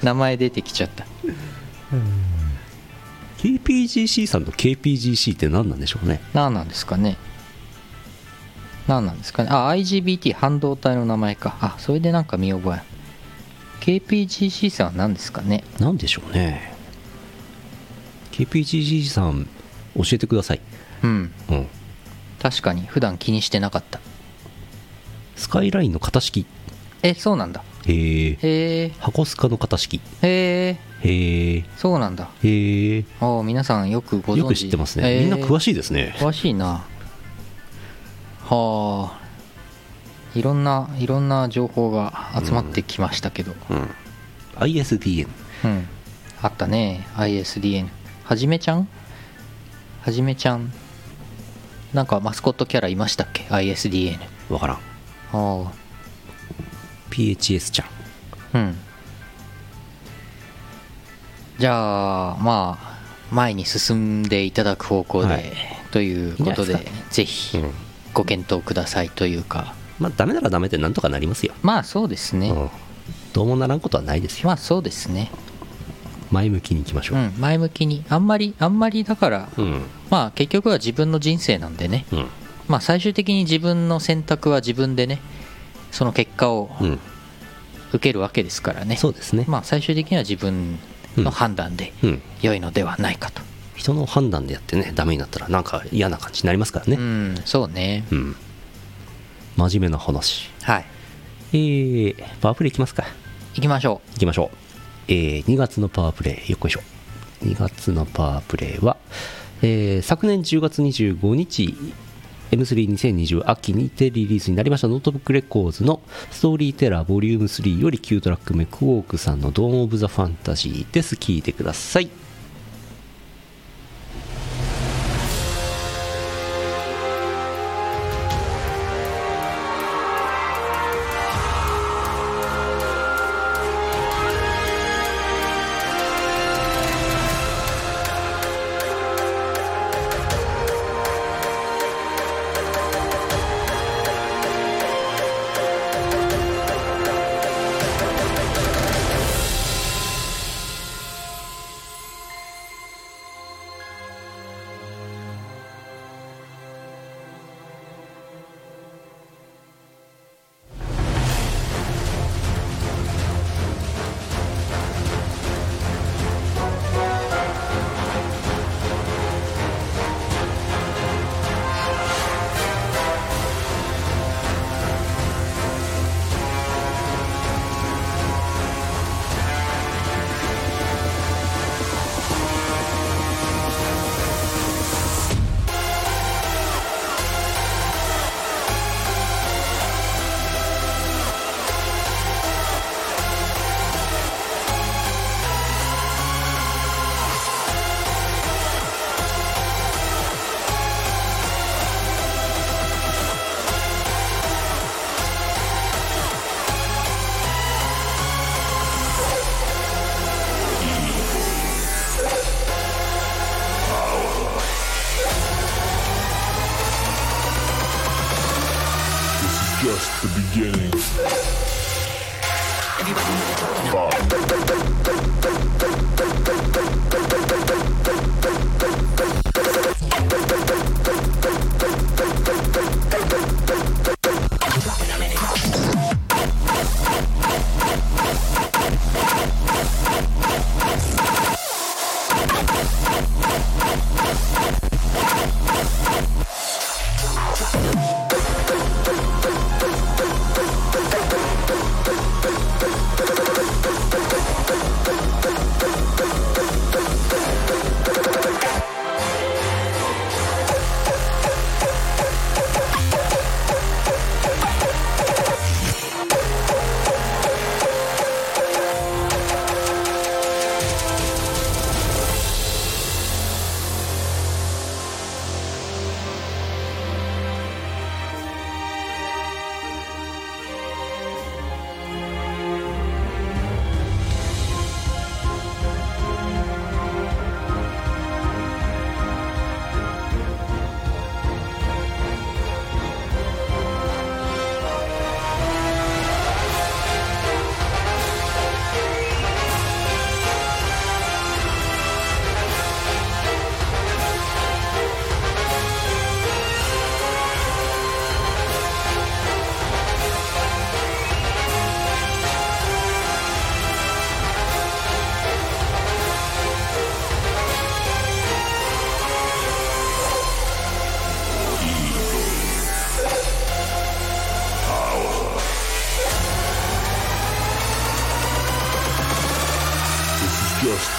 S1: 名前出てきちゃった
S2: KPGC さんの KPGC って何なんでしょうね
S1: 何なんですかね何なんですかねあ IGBT 半導体の名前かあそれでなんか見覚え KPGC さんは何ですかね
S2: 何でしょうね KPGC さん教えてください、
S1: うん
S2: うん、
S1: 確かに普段気にしてなかった
S2: スカイラインの型式
S1: えそうなんだ
S2: へえ
S1: へえ
S2: 箱スカの型式
S1: へえ
S2: へえ
S1: そうなんだ
S2: へえ
S1: おー皆さんよくご存知
S2: よく知ってますね、みんな詳しいですね
S1: 詳しいなはあいろんないろんな情報が集まってきましたけど、
S2: うん ISDN
S1: うんあったね ISDN はじめちゃんはじめちゃんなんかマスコットキャラいましたっけ ISDN
S2: わからん
S1: あ
S2: PHS ちゃん
S1: あうんじゃあまあ前に進んでいただく方向で、
S2: はい
S1: ということ
S2: いいんじゃ
S1: で
S2: ないで
S1: ぜひ
S2: うん
S1: ご検討くださいというか、
S2: まあダメならダメでなんとかなりますよ、
S1: まあそうですね、
S2: うん、どうもならんことはないですよ
S1: まあそうですね、
S2: 前向きにいきましょ
S1: う
S2: う、
S1: ん、前向きにあんまりあんまりだから、
S2: うん
S1: まあ結局は自分の人生なんでね、
S2: うん
S1: まあ最終的に自分の選択は自分でねその結果を
S2: うん
S1: 受けるわけですからね、
S2: そうですね、
S1: まあ最終的には自分の判断で
S2: うん、
S1: 良いのではないかと
S2: 人の判断でやってねダメになったらなんか嫌な感じになりますから
S1: う
S2: ね
S1: ん、そうね
S2: うん、真面目な話
S1: はい
S2: えー、パワープレイいきますか
S1: 行きましょ
S2: いきましょうえー、2月のパワープレイよっこいしょ2月のパワープレイは、えー昨年10月25日 M32020 秋にてリリースになりましたノートブックレコーズのストーリーテラーボリューム3より9トラック目クォークさんのドームオブザファンタジーです聞いてください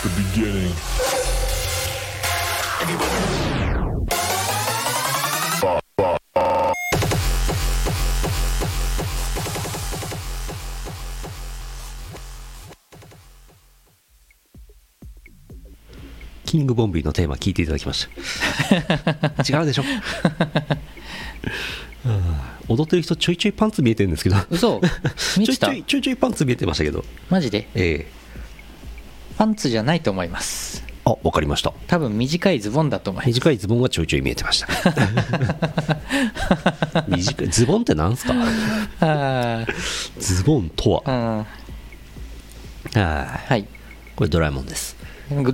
S5: the beginning.
S2: 「キングボンビー」のテーマ聞いていただきまし
S1: <laughs>
S2: た違うでしょあー踊ってる人ちょいちょいパンツ見えてるんですけど <laughs>
S1: 嘘見
S2: ちょ
S1: て
S2: いち
S1: た
S2: ょいちょいちょいパンツ見えてましたけど
S1: マジで
S2: え
S1: パンツじゃないと思います
S2: えあわかりました
S1: 多分短いズボンだと思います
S2: 短いズボンがちょいちょい見えてま <laughs> した短いズボンってなんすか
S1: あ
S2: ズボンとは
S1: ーうん
S2: あー
S1: はい
S2: これドラえもんです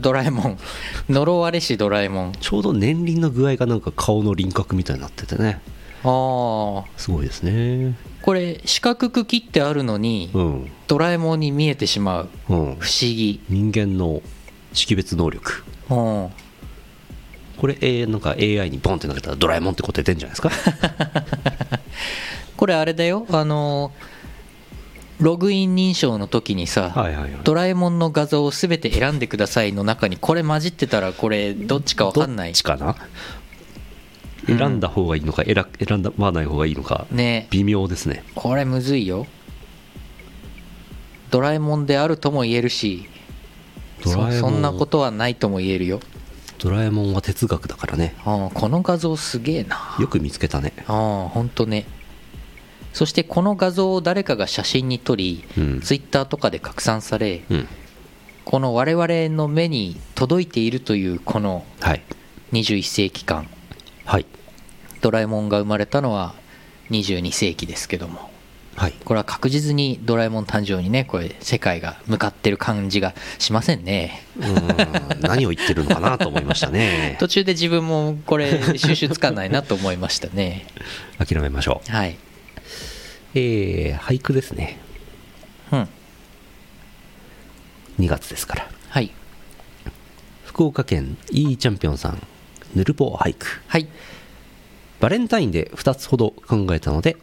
S1: ドラえもん <laughs> 呪われしドラえもん
S2: ちょうど年輪の具合がなんか顔の輪郭みたいになっててね
S1: ああ
S2: すごいですね
S1: これ四角く切ってあるのに、
S2: うん
S1: ドラえもんに見えてしまう
S2: うん
S1: 不思議
S2: 人間の識別能力
S1: うん
S2: これ、えーなんか AI にボンって投げたらドラえもんって答えてんじゃないですか
S1: これあれだよあのログイン認証の時にさ、
S2: <laughs> はいはいはい
S1: ドラえもんの画像を全て選んでくださいの中にこれ混じってたらこれどっちかわかんない
S2: どっちかな選んだ方がいいのか、選選んだまない方がいいのか
S1: ね
S2: 微妙ですね
S1: これむずいよドラえもんであるとも言えるし
S2: ドラ
S1: そ
S2: えも
S1: そ
S2: ん
S1: んなことはないとも言えるよ、
S2: ドラえもんは哲学だからね
S1: うん、この画像すげえな
S2: よく見つけたね
S1: ああほんとねそしてこの画像を誰かが写真に撮り、
S2: うん
S1: ツイッターとかで拡散され、
S2: うん
S1: この我々の目に届いているというこの
S2: はい
S1: 21世紀間
S2: はい
S1: ドラえもんが生まれたのは22世紀ですけども
S2: はい
S1: これは確実にドラえもん誕生にねこれ世界が向かってる感じがしませんね
S2: う <laughs> ーん何を言ってるのかなと思いましたね
S1: 途中で自分もこれ収集つかないなと思いましたね
S2: 諦めましょう
S1: はい
S2: えー、俳句ですね
S1: うん
S2: 2月ですから
S1: はい
S2: 福岡県 E チャンピオンさんぬるぽ俳句
S1: はい
S2: バレンタインで2つほど考えたので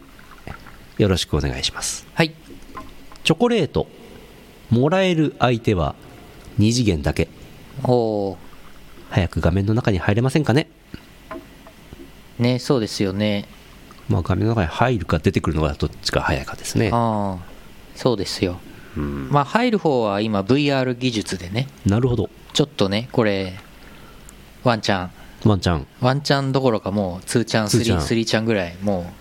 S2: よろしくお願いします
S1: はい
S2: チョコレートもらえる相手は2次元だけ
S1: おお
S2: 早く画面の中に入れませんかね
S1: ーねそうですよね
S2: まあ画面の中に入るか出てくるのがどっちか早いかですね
S1: ああそうですよまあ入る方は今 VR 技術でね
S2: なるほど
S1: ちょっとねこれワンチャン
S2: ワンちゃん
S1: ワンチャンどころかもう2チャン
S2: ツーチャ
S1: 3
S2: ン
S1: スリーチャンぐらいも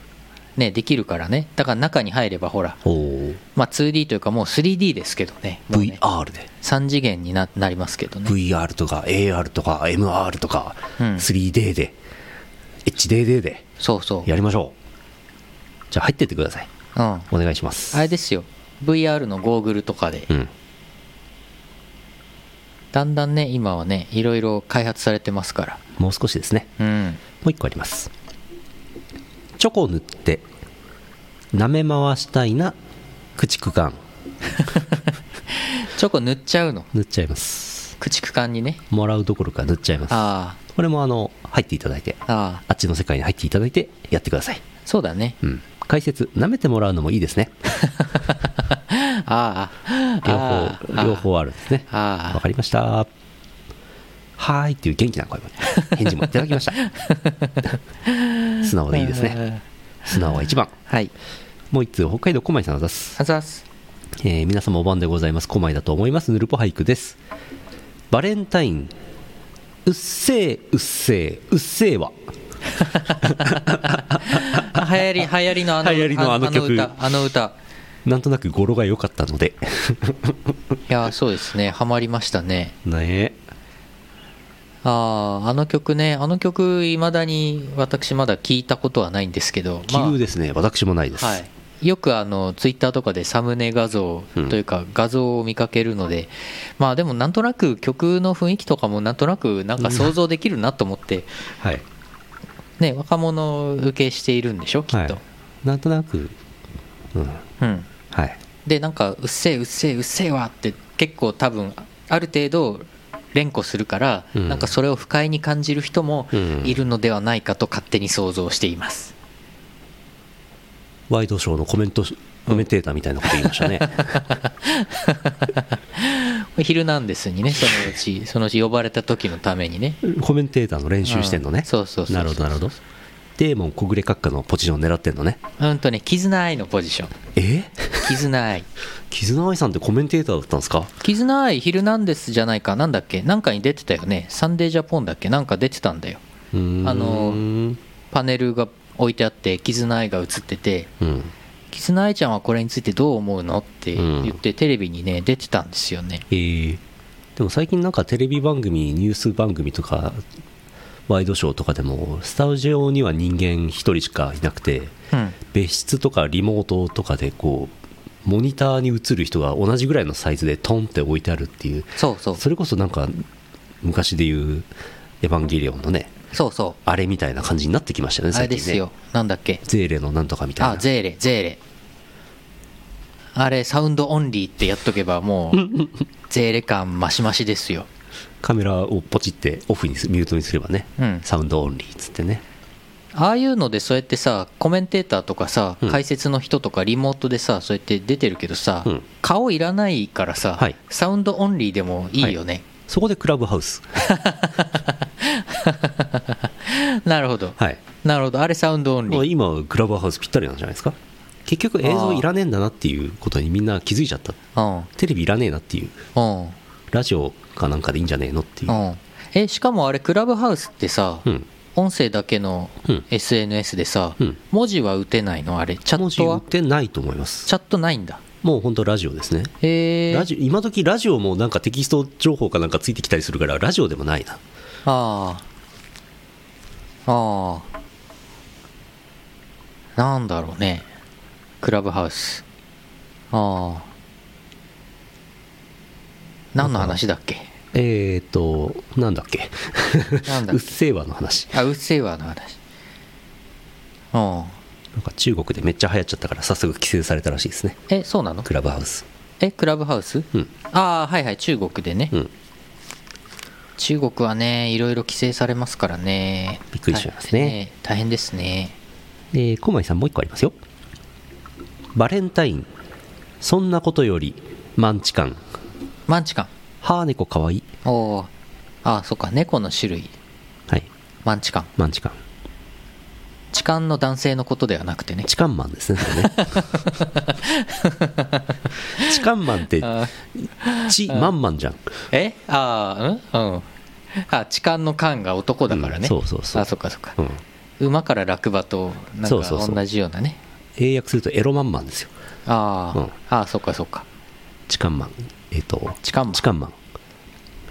S1: うねできるからねだから中に入ればほら
S2: おー
S1: まあ 2D というかもう 3D ですけどねもうね
S2: VR で
S1: 3次元にななりますけどね
S2: VR とか AR とか MR とか
S1: うん
S2: 3D で HDD で
S1: そうそう
S2: やりましょうじゃあ入ってってください
S1: うんあ
S2: お願いします
S1: れですよ VR のゴーグルとかで
S2: うん
S1: だんだんね今はねいろいろ開発されてますから
S2: もう少しですね
S1: うん
S2: もう一個ありますチョコを塗って舐め回したいな駆逐艦
S1: チョコ塗っちゃうの
S2: 塗っちゃいます
S1: 駆逐艦にね
S2: もらうどころか塗っちゃいます
S1: あ
S2: これもあの入っていただいて
S1: あああ
S2: あっちの世界に入っていただいてやってください
S1: そうだね
S2: うん解説舐めてもらうのもいいですね
S1: ああ
S2: 両
S1: ああ
S2: 方両方あるんですね
S1: ああ
S2: わかりましたはーいっていう元気な声
S1: <laughs>
S2: も返事もいただきました素直でいいですね素直は一番
S1: はい
S2: もう一通北海道小前さんの出す
S1: あざっす
S2: えー皆様お晩でございます。小前だと思います。ぬるぽ俳句です。バレンタイン、うっせえ、うっせえ、うっせえは。
S1: あ流 <laughs> 行り流行りのあの
S2: 流行りのあの曲
S1: ああの歌あの歌
S2: なんとなく語呂が良かったので。
S1: <laughs> いやそうですねハマりましたね
S2: ねえ。
S1: あああの曲ねあの曲いまだに私まだ聞いたことはないんですけど
S2: <laughs> 奇遇ですね。私もないです。
S1: はい、よくあのツイッターとかでサムネ画像
S2: うん
S1: というか画像を見かけるので、まあでもなんとなく曲の雰囲気とかもなんとなくなんか想像できるなと思って、
S2: はい。はい。
S1: ね、若者受けしているんでしょきっと、
S2: なんとなく、うん。
S1: うん、
S2: はい。
S1: でなんか「うっせえうっせえうっせえわ」って結構多分ある程度連呼するから、
S2: うん
S1: なんかそれを不快に感じる人も
S2: うん
S1: いるのではないかと勝手に想像しています、
S2: ワイド
S1: <laughs>
S2: ショーのコメントし、コメンテーターみたいなこと言いましたね。
S1: 「ヒルナンデス」にねそのうちそのうち呼ばれた時のためにね
S2: コメンテーターの練習してんのね、
S1: うんそうそうそうそう
S2: なるほどなるほどデーモン小暮閣下のポジション狙ってんのね
S1: うんとね「絆愛」のポジション
S2: え
S1: 「絆愛」
S2: 絆愛さんってコメンテーターだったんですか
S1: 「絆愛ヒルナンデス」じゃないかなんだっけなんかに出てたよね「サンデージャポン」だっけなんか出てたんだよ
S2: あ
S1: あのパネルが置いてあって「絆愛」が映ってて
S2: うん
S1: 「絆愛ちゃんはこれについてどう思うの?」って言ってテレビにね出てたんですよね
S2: えーでも最近なんかテレビ番組ニュース番組とかワイドショーとかでもスタジオには人間一人しかいなくて
S1: うん
S2: 別室とかリモートとかでこうモニターに映る人が同じぐらいのサイズでトンって置いてあるっていう
S1: そうそう
S2: それこそなんか昔でいう「エヴァンゲリオン」のね
S1: そうそ
S2: あれみたいな感じになってきましたよ
S1: う
S2: ね
S1: あれ
S2: 最近
S1: で
S2: ね
S1: すよなんだっけ
S2: ゼーレのなんとかみたいな
S1: あゼーレゼーレあれサウンドオンリーってやっとけばもう <laughs> ゼーレ感マシマシですよ
S2: カメラをポチってオフにすミュートにすればね、
S1: うん
S2: サウンドオンリーっつってね
S1: ああいうのでそうやってさコメンテーターとかさ
S2: うん
S1: 解説の人とかリモートでさそうやって出てるけどさ、
S2: うん
S1: 顔いらないからさ、
S2: はい
S1: サウンドオンリーでもいいよね、
S2: そこでクラブハウス
S1: <laughs> なるほど、
S2: はい
S1: なるほどあれサウンドオンリ
S2: まあ
S1: ー
S2: 今クラブハウスぴったりなんじゃないですか結局映像いらねえんだなっていうことにみんな気づいちゃったテレビいらねえなっていう
S1: うんうん
S2: ラジオかなんかでいいんじゃねえのっていう
S1: うんえしかもあれクラブハウスってさ、
S2: うん
S1: 音声だけの
S2: うん
S1: SNS でさ、
S2: うん
S1: 文字は打てないのあれチャ
S2: 文
S1: ッ
S2: 字
S1: ト
S2: 打
S1: は
S2: ってないと思います
S1: チャットないんだ
S2: もう本当ラジオですね
S1: へえ
S2: ラジオ今時ラジオもなんかテキスト情報かなんかついてきたりするからラジオでもないな
S1: ああああなんだろうねクラブハウスああ何の話だっけ
S2: えーとなんだっけ
S1: なんだ
S2: <laughs> う
S1: っ
S2: っ
S1: け
S2: せぇわの話
S1: あうっせぇわの話うん
S2: なんか中国でめっちゃ流行っちゃったから早速規制されたらしいですね
S1: えそうなの
S2: クラブハウス
S1: えクラブハウス
S2: うん
S1: ああはいはい中国でね、
S2: うん
S1: 中国はねいろいろ規制されますからね
S2: びっくりしますね
S1: 大変大変ですね
S2: で小前さんもう一個ありますよバレンタインそんなことよりマンチカン
S1: マンチカン
S2: ハーネコかわいい
S1: おおああそっか猫の種類
S2: はい
S1: マンチカン
S2: マンチカン
S1: 痴漢の男性のことではなくてね
S2: チカンマン <laughs> ですねそれねチカンマンって
S1: あ
S2: チマンマンじゃん
S1: えああうんうんあ痴漢の漢が男だからね、
S2: うんそうそうそう
S1: あそっかそっか、
S2: うん
S1: 馬から落馬となん
S2: そうそう
S1: か
S2: そう
S1: 同じようなね
S2: 英訳するとエロマンマンですよ
S1: ああ、
S2: うん
S1: ああそっかそっか
S2: チカンマンえっ、と
S1: 痴漢マン
S2: チカンマン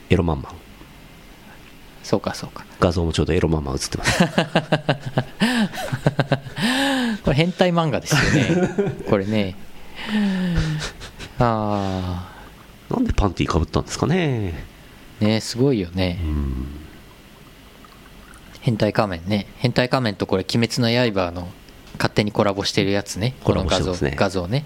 S2: エロマンマン
S1: そうかそうか
S2: 画像もちょうどエロマンマン映ってます <laughs>
S1: これ変態漫画ですよ
S2: <laughs>
S1: ねこれねあ
S2: なんでパンティかぶったんですかね
S1: あねすごいよね
S2: うん
S1: 変態仮面ね変態仮面とこれ「鬼滅の刃」の勝手にコラボしてるやつね
S2: コ
S1: こ
S2: ラ
S1: の
S2: ボし
S1: 画
S2: てま
S1: 像
S2: すね
S1: 画像ね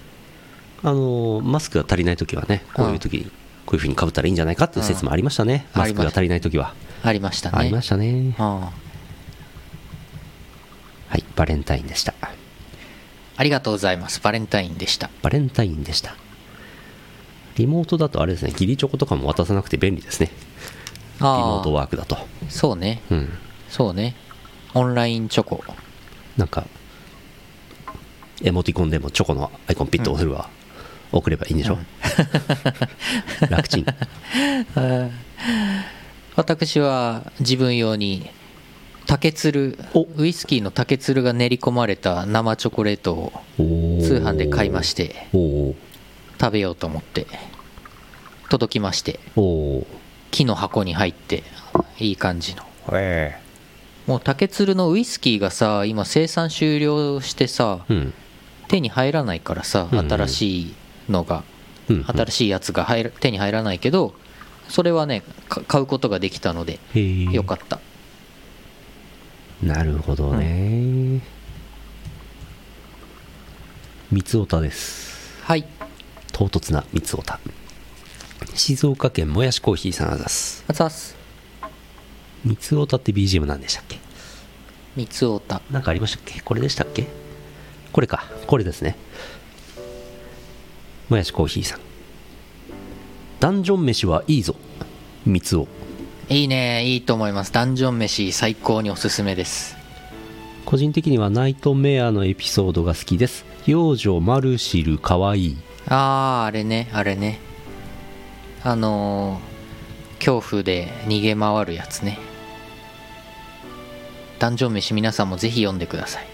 S2: あのマスクが足りない時はねこういう時にこういうふうにかぶったらいいんじゃないかっていう説もありましたね、
S1: うん
S2: マスクが足りない時は
S1: ありましたね
S2: ありま
S1: し
S2: したね
S1: あ
S2: はいバレンタインでした
S1: あありがとうございますバレンタインでした
S2: バレンタインでしたリモートだとあれですね義理チョコとかも渡さなくて便利ですねリモ
S1: あ
S2: ート
S1: あ
S2: ワークだと
S1: そうね
S2: うん
S1: そうねオンラインチョコ
S2: なんかエモティコンでもチョコのアイコンピッと押せば、送ればいいんでしょ、
S1: <laughs>
S2: 楽ちん
S1: 私は自分用に竹鶴
S2: お
S1: ウイスキーの竹鶴が練り込まれた生チョコレートを通販で買いましてて
S2: おー
S1: 食べようと思って届きまして
S2: おー
S1: 木の箱に入っていい感じの
S2: へ
S1: もう竹鶴のウイスキーがさ今生産終了してさ、
S2: ーうん
S1: 手に入らないからさ
S2: うんうん
S1: 新しいのが、
S2: うんうん
S1: 新しいやつが入ら手に入らないけどそれはねか買うことができたので
S2: へー
S1: よかった
S2: なるほどね、三つおたです
S1: はい
S2: 唐突な三つおた静岡県もやしコーヒーさんあざす
S1: あざっす
S2: 三つおたって BGM なんでしたっけ
S1: 三つおた
S2: なんかありましたっけこれでしたっけこれかこれですねもやしコーヒーさんダンジョン飯はいいぞ三つを
S1: いいねいいと思いますダンジョン飯最高におすすめです
S2: 個人的にはナイトメアのエピソードが好きです幼女マルシルかわいい
S1: あああれねあれねあのー恐怖で逃げ回るやつねダンジョン飯皆さんもぜひ読んでください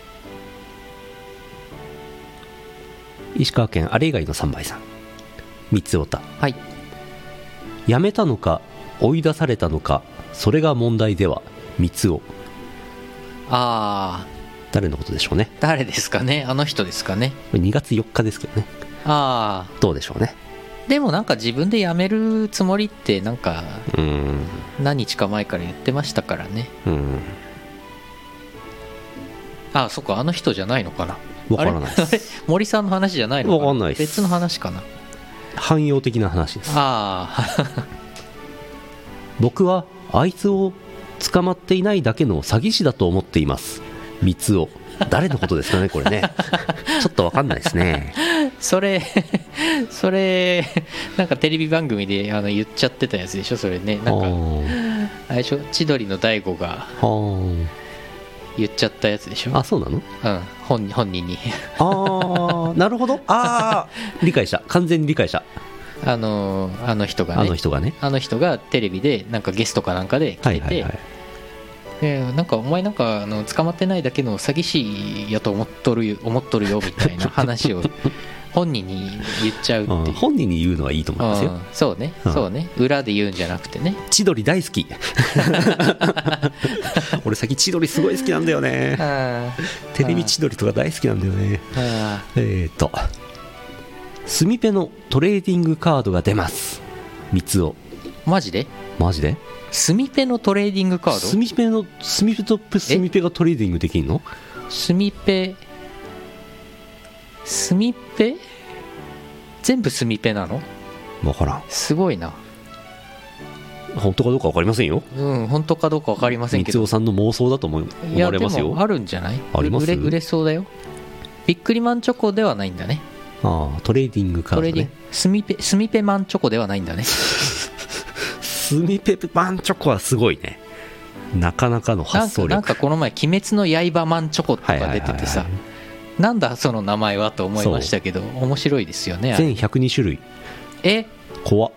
S2: 石川県あれ以外の3倍さん三つおた
S1: はい
S2: 辞めたのか追い出されたのかそれが問題では三つお
S1: ああ
S2: 誰のことでしょうね
S1: 誰ですかねあの人ですかね
S2: これ2月4日ですけどね
S1: ああ
S2: どうでしょうね
S1: でもなんか自分で辞めるつもりってなんか
S2: うーん
S1: 何日か前から言ってましたからね
S2: うーん
S1: あそっかあの人じゃないのかな
S2: わからない
S1: あれ <laughs> あれ森さんの話じゃないのかな
S2: わかんないっす
S1: 別の話かな
S2: 汎用的な話です
S1: あ
S2: 僕はあいつを捕まっていないだけの詐欺師だと思っています三つを誰のことですかね
S1: <laughs>
S2: これねちょっとわかんないですね
S1: あ <laughs> それそれなんかテレビ番組であの言っちゃってたやつでしょそれね
S2: あ
S1: なんか
S2: ー
S1: あれでしょ千鳥の大悟が
S2: あー
S1: 言っちゃったやつでしょ
S2: あそうなの
S1: うん本人本人に <laughs>
S2: ああなるほどああ理解した完全に理解した
S1: あのあの人がね
S2: あの人がね
S1: あの人がテレビでなんかゲストかなんかで来
S2: は
S1: て
S2: い
S1: て、
S2: はいはい
S1: でなんかお前なんかあの捕まってないだけの詐欺師やと思っとるよ思っとるよみたいな
S2: <laughs>
S1: 話を本人に言っちゃうって
S2: うん
S1: いう。
S2: 本人に言うのはいいと思います
S1: う
S2: よ
S1: んそうね、
S2: うん
S1: そうね裏で言うんじゃなくてね
S2: 千鳥大
S1: <laughs>
S2: 好き俺先千鳥すごい好きなんだよね
S1: あー
S2: テレビ千鳥とか大好きなんだよね
S1: あ
S2: えーとスミペのトレーディングカードが出ます三つを
S1: ーマジで
S2: マジで
S1: スミペのトレーディングカー
S2: ス
S1: ド
S2: ミペのスミペとスミペがトレーディングできんの
S1: スミペスミペ全部スミペなの
S2: 分からん
S1: すごいな
S2: 本当かどうか分かりませんよ
S1: うん本当かどうか分かりません
S2: 三
S1: け
S2: つ
S1: ど
S2: おさんの妄想だと思い
S1: い
S2: 思
S1: や
S2: われ
S1: で
S2: ますよ
S1: もあるんじゃない
S2: あります
S1: 売れ売れそうだよビックリマンチョコではないんだね
S2: ああトレーディングカー
S1: ト
S2: ド
S1: レーディン
S2: ね
S1: グスミペスミペマンチョコではないんだね
S2: スミペパンチョコはすごいねなかなかの
S1: な
S2: 発
S1: んか
S2: 想
S1: なん
S2: 力
S1: かこの前「鬼滅の刃マンチョコ」とか出ててさ
S2: はいはいはい
S1: なんだその名前はと思いましたけど面白いですよねあれ
S2: 全102種類
S1: え
S2: 怖っ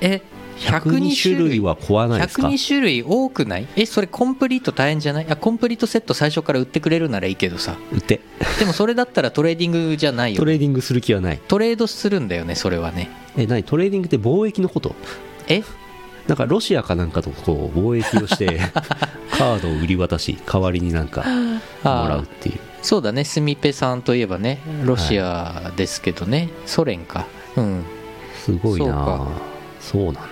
S1: え
S2: 102
S1: 102
S2: 種
S1: 種
S2: 類
S1: 類
S2: は怖ないですか
S1: 102種類多くないえそれコンプリート大変じゃないあコンプリートセット最初から売ってくれるならいいけど
S2: <laughs>
S1: さ
S2: 打て
S1: でもそれだったらトレーディングじゃないよ
S2: ト
S1: ね
S2: レーディングする気はない
S1: トレードするんだよねそれはね
S2: え何トレーディングって貿易のこと
S1: え
S2: なんかロシアかなんかとこう貿易をしてカードを売り渡し代わりになんかも
S1: あー
S2: らうっていう
S1: そうだねスミペさんといえばねロシアですけどね、ソ連かうん
S2: すごいなあそうなんだ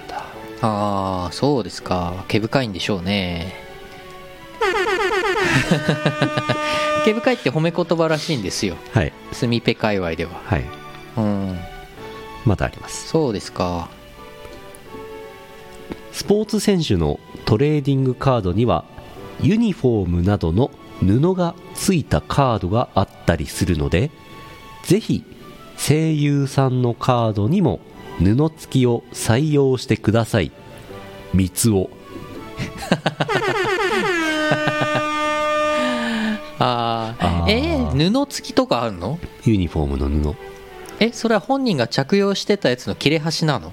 S1: ああそうですか毛深いんでしょうね <laughs> 毛深いって褒め言葉らしいんですよ
S2: はい
S1: スミペ界隈では
S2: はい
S1: うん
S2: まだあります
S1: そうですか
S2: スポーツ選手のトレーディングカードにはユニフォームなどの布がついたカードがあったりするのでぜひ声優さんのカードにも布付きを採用してください三つを
S1: あ
S2: あ
S1: あ
S2: ー
S1: えー布付きとかあるの
S2: ユニフォームの布
S1: えそれは本人が着用してたやつの切れ端なの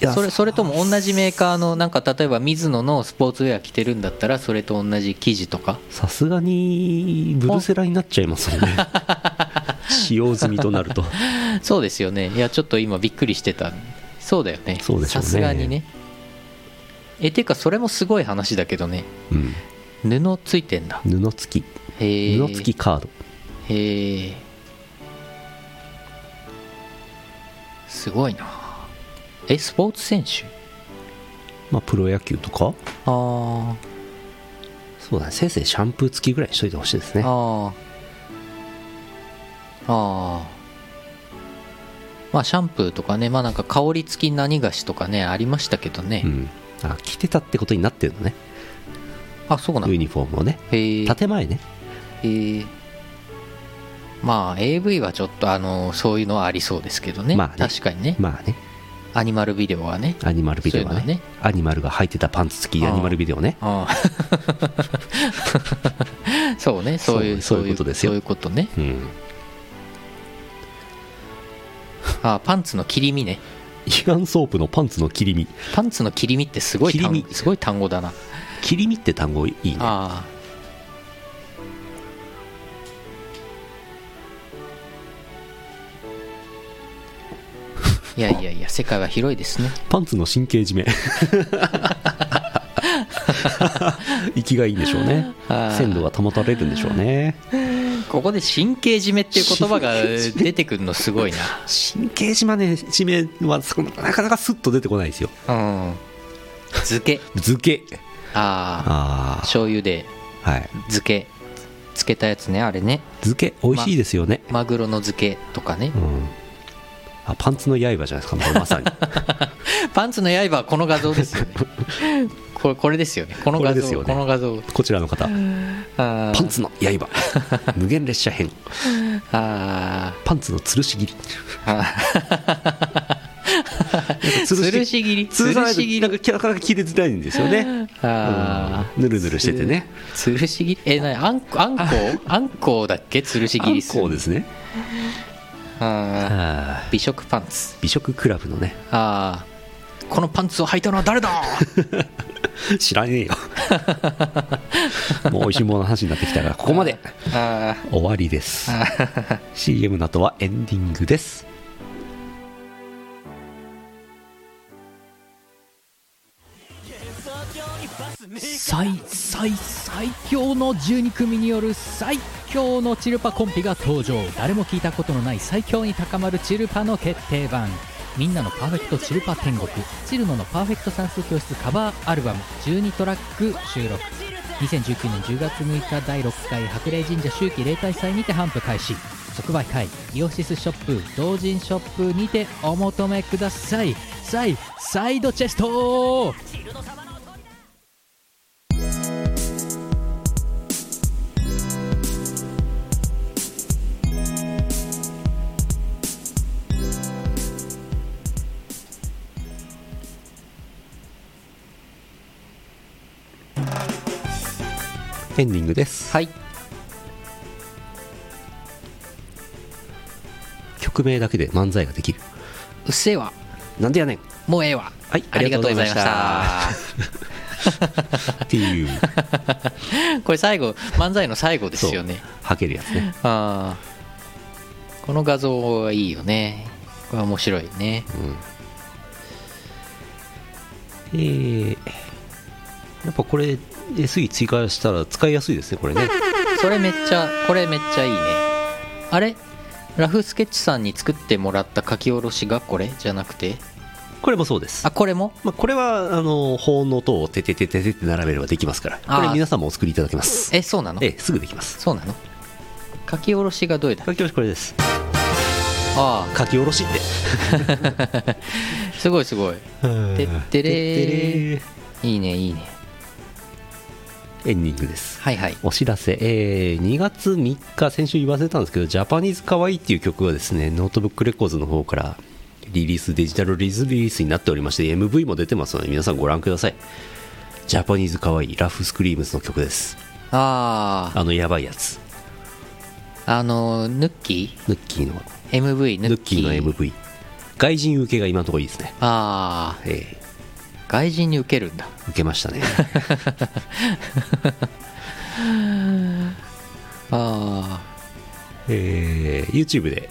S2: いや
S1: それそれとも同じメーカーのなんか例えばミズノのスポーツウェア着てるんだったらそれと同じ生地とか
S2: さすがにブルセラになっちゃいますよね <laughs>
S1: <laughs>
S2: 使用済みとなると
S1: そうですよねいやちょっと今びっくりしてたそうだよね
S2: そうでしょう
S1: さ
S2: ね
S1: すがにねえてかそれもすごい話だけどね
S2: うん
S1: 布ついてんだ
S2: 布付き
S1: へえ
S2: 布付きカード、
S1: へえすごいなえスポーツ選手
S2: まあプロ野球とか
S1: あ
S2: そうだねせいぜいシャンプー付きぐらいにしといてほしいです
S1: あ
S2: ね
S1: あああまあシャンプーとかねまあなんか香り付き何菓子とかねありましたけどね、
S2: うんあ着てたってことになってるのね
S1: あそうなの
S2: ユニフォームをね
S1: へえ
S2: 建前ね
S1: えーまあ AV はちょっとあのそういうのはありそうですけどね,、
S2: まあね
S1: 確かにね、
S2: まあね
S1: アニマルビデオはね
S2: アニマルビデオが
S1: そ
S2: ね
S1: ういうのはね
S2: アニマルが履いてたパンツ付きアニマルビデオね <laughs>
S1: ああそうねそういう
S2: そうそういうことですよ
S1: そういうことね
S2: うん
S1: ああパンツの切り身ね
S2: イガンソープのパンツの切り身
S1: パンツの切り身ってすごい単
S2: 切り
S1: 語
S2: 身
S1: すごい単語だな
S2: 切り身って単語いいね
S1: あ
S2: <laughs>
S1: あいやいやいや世界は広いですね
S2: パンツの神経
S1: <laughs>
S2: 締め息がいいんでしょうね
S1: あー
S2: 鮮度が保たれるんでしょうね
S1: ここで神経締めっていう言葉が出てくるのすごい
S2: 神経締め,、ね、締めはそんななかなかスッと出てこないですよ
S1: なうん漬け
S2: 漬け
S1: ああ
S2: あ
S1: 醤油で
S2: あはい
S1: 漬け漬けたやつねあれね
S2: 漬け美味しいですよね、
S1: マグロの漬けとかね
S2: うんあパンツの刃じゃないですかこれまさ
S1: <laughs>
S2: に
S1: パンツの刃はこの画像ですよ
S2: <laughs>
S1: ねこれこれですよねこの画
S2: これです
S1: 像
S2: よ
S1: こ,、
S2: ね
S1: の画像
S2: こちらの方
S1: あ
S2: パンツの
S1: <laughs>
S2: 刃無限列車編
S1: ーあ
S2: パンツの吊るし切り
S1: ーあー
S2: 吊
S1: 吊
S2: る
S1: る
S2: し
S1: し切り
S2: 吊るさないと
S1: 吊り
S2: なんかなかなか切れづらいんですよね
S1: あー
S2: うんぬるぬるしててね
S1: つるし切りえなにあんこあんこあんこだっけつるし
S2: あ
S1: 切
S2: ん
S1: りする
S2: こうですね
S1: あ
S2: あ
S1: ー
S2: ー
S1: 美食パンツ
S2: 美食クラブのね
S1: あーこのパンツを履いたのは誰だ
S2: 知らねえよ <laughs> もう美味しいものの話になってきたからここまで
S1: あ
S2: 終わりです
S1: あ
S2: CM の後はエンディングです
S3: 最最最強の12組による最強のチルパコンビが登場誰も聞いたことのない最強に高まるチルパの決定版みんなのパーフェクトチルパ天国チルノのパーフェクト算数教室カバーアルバム12トラック収録2019年10月6日第6回白麗神社秋季例大祭にて販布開始即売会イオシスショップ同人ショップにてお求めくださいサイサイドチェスト
S2: エンディングです
S1: はい
S2: 曲名だけで漫才ができる
S1: うっせえわ
S2: なんでやねん
S1: もうええわ
S2: はい
S1: ありがとうございまし
S2: あ
S1: た
S2: りがとうございましたっていう
S1: これ最後漫才の最後ですよね
S2: はけるやつね
S1: あーこの画像はいいよねこれ面白いね
S2: えーやっぱこれ SE 追加したら使いやすいですねこれね
S1: それめっちゃこれめっちゃいいねあれラフスケッチさんに作ってもらった書き下ろしがこれじゃなくて
S2: これもそうです
S1: あこれも
S2: まあ、これはあの法の塔をてててててって並べればできますから
S1: あー
S2: これ皆さんもお作りいただけます
S1: えそうなの
S2: ええすぐできます
S1: そうなの書き下ろしがどうだ
S2: 書き下ろしこれです
S1: あ <laughs>
S2: 書き下ろしって
S1: あすごいすごいてってれーいいねいいね
S2: エンディングです
S1: はいはい
S2: お知らせ、えー2月3日先週言わせたんですけど「ジャパニーズかわいい」っていう曲がですねノートブックレコーズの方からリリースデジタルリリースになっておりまして MV も出てますので皆さんご覧くださいジャパニーズかわいいラフスクリームズの曲です
S1: ああ
S2: あのやばいやつ
S1: あのヌッキ
S2: ヌッキーの
S1: ー MV ヌ
S2: ヌッ
S1: ッ
S2: キ
S1: キ
S2: ー
S1: ー
S2: の MV 外人受けが今のところいいですね
S1: ああ
S2: え
S1: 外人に受けるんだ
S2: ー受けましたね
S1: あ
S2: えー YouTube で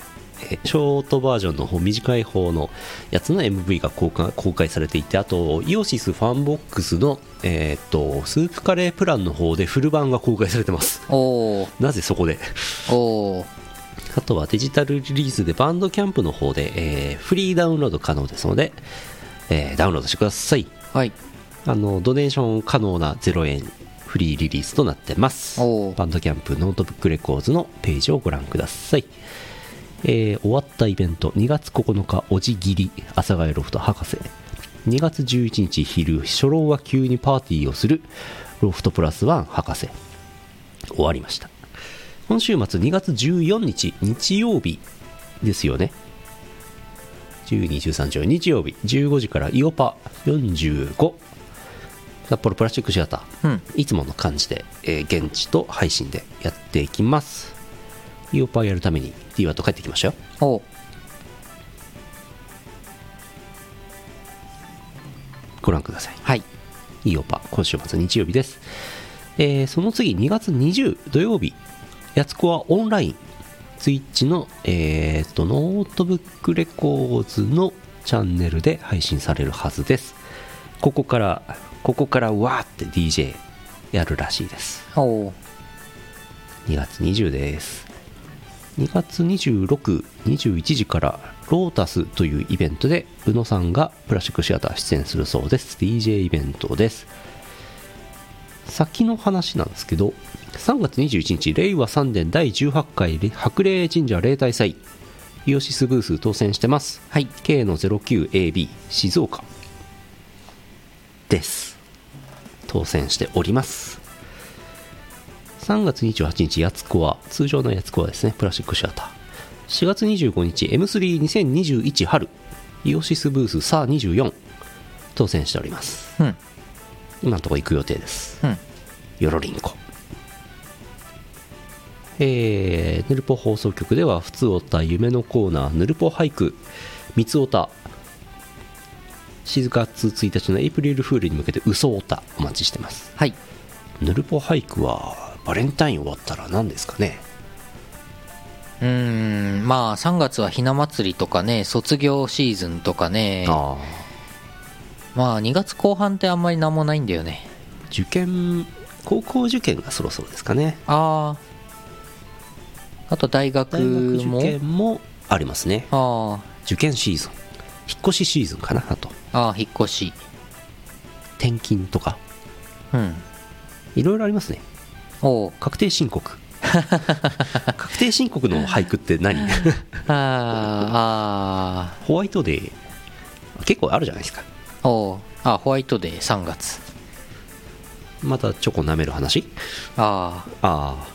S2: えーショートバージョンの方短い方のやつの MV が公開公開されていてあとイオシスファンボックスの、えーっとスープカレープランの方でフル版が公開されてます <laughs>
S1: あお
S2: なぜそこで <laughs>
S1: おお
S2: あとはデジタルリリースでバンドキャンプの方で、えーフリーダウンロード可能ですので、えーダウンロードしてください
S1: ーはい
S2: あのドネーション可能な0円フリーリリースとなってます
S1: おう
S2: バンドキャンプノートブックレコーズのページをご覧ください、えー終わったイベント2月9日おじぎり阿佐ヶ谷ロフト博士2月11日昼初老は急にパーティーをするロフトプラスワン博士終わりました今週末2月14日日曜日ですよね12、13、14日曜日15時からイオパ45札幌プラスチックシアタ
S1: う
S2: ー
S1: ん
S2: いつもの感じで、えー現地と配信でやっていきますイオパやるために d ワット帰ってきましたよ
S1: おう
S2: ご覧ください
S1: はい
S2: イオパ今週末日曜日です、えーその次2月20土曜日やつこはオンラインツイッチの、えーとノートブックレコーズのチャンネルで配信されるはずですここからここからわーって DJ やるらしいです
S1: おう
S2: 2月20です2月2621時からロータスというイベントで宇野さんがプラスチックシアター出演するそうです DJ イベントです先の話なんですけど3月21日令和3年第18回白霊神社例大祭イオシスブース当選してますはい K の 09AB 静岡です当選しております3月28日、やつこは、通常のやつこはですね、プラスチックシアター。4月25日、M32021 春、イオシスブースさあ24、当選しております。
S1: うん
S2: 今のところ行く予定です。
S1: うん
S2: よろりんこ。えー、ヌルポ放送局では、ふつおた夢のコーナー、ヌルポ俳句、みつおた、4月1日のエイプリルフールに向けて、うそおた、お待ちしてます。
S1: はい
S2: ヌルポ俳句はバレンタイン終わったら何ですかね
S1: うーんまあ3月はひな祭りとかね卒業シーズンとかね
S2: ああ
S1: まあ2月後半ってあんまり何もないんだよね
S2: 受験高校受験がそろそろですかね
S1: あああと大学
S2: 大学
S1: も
S2: 受験もありますね
S1: あ
S2: 受験シーズン引っ越しシーズンかなあと
S1: あああ引っ越し
S2: 転勤とか
S1: うん
S2: いろいろありますね
S1: おう
S2: 確定申 <laughs> 告確定申告の俳句って <laughs> 何
S1: あ
S2: ホワイトデー結構あるじゃないですか
S1: ーあーおうあホワイトデー3月
S2: またチョコ舐める話
S1: あ
S2: ああ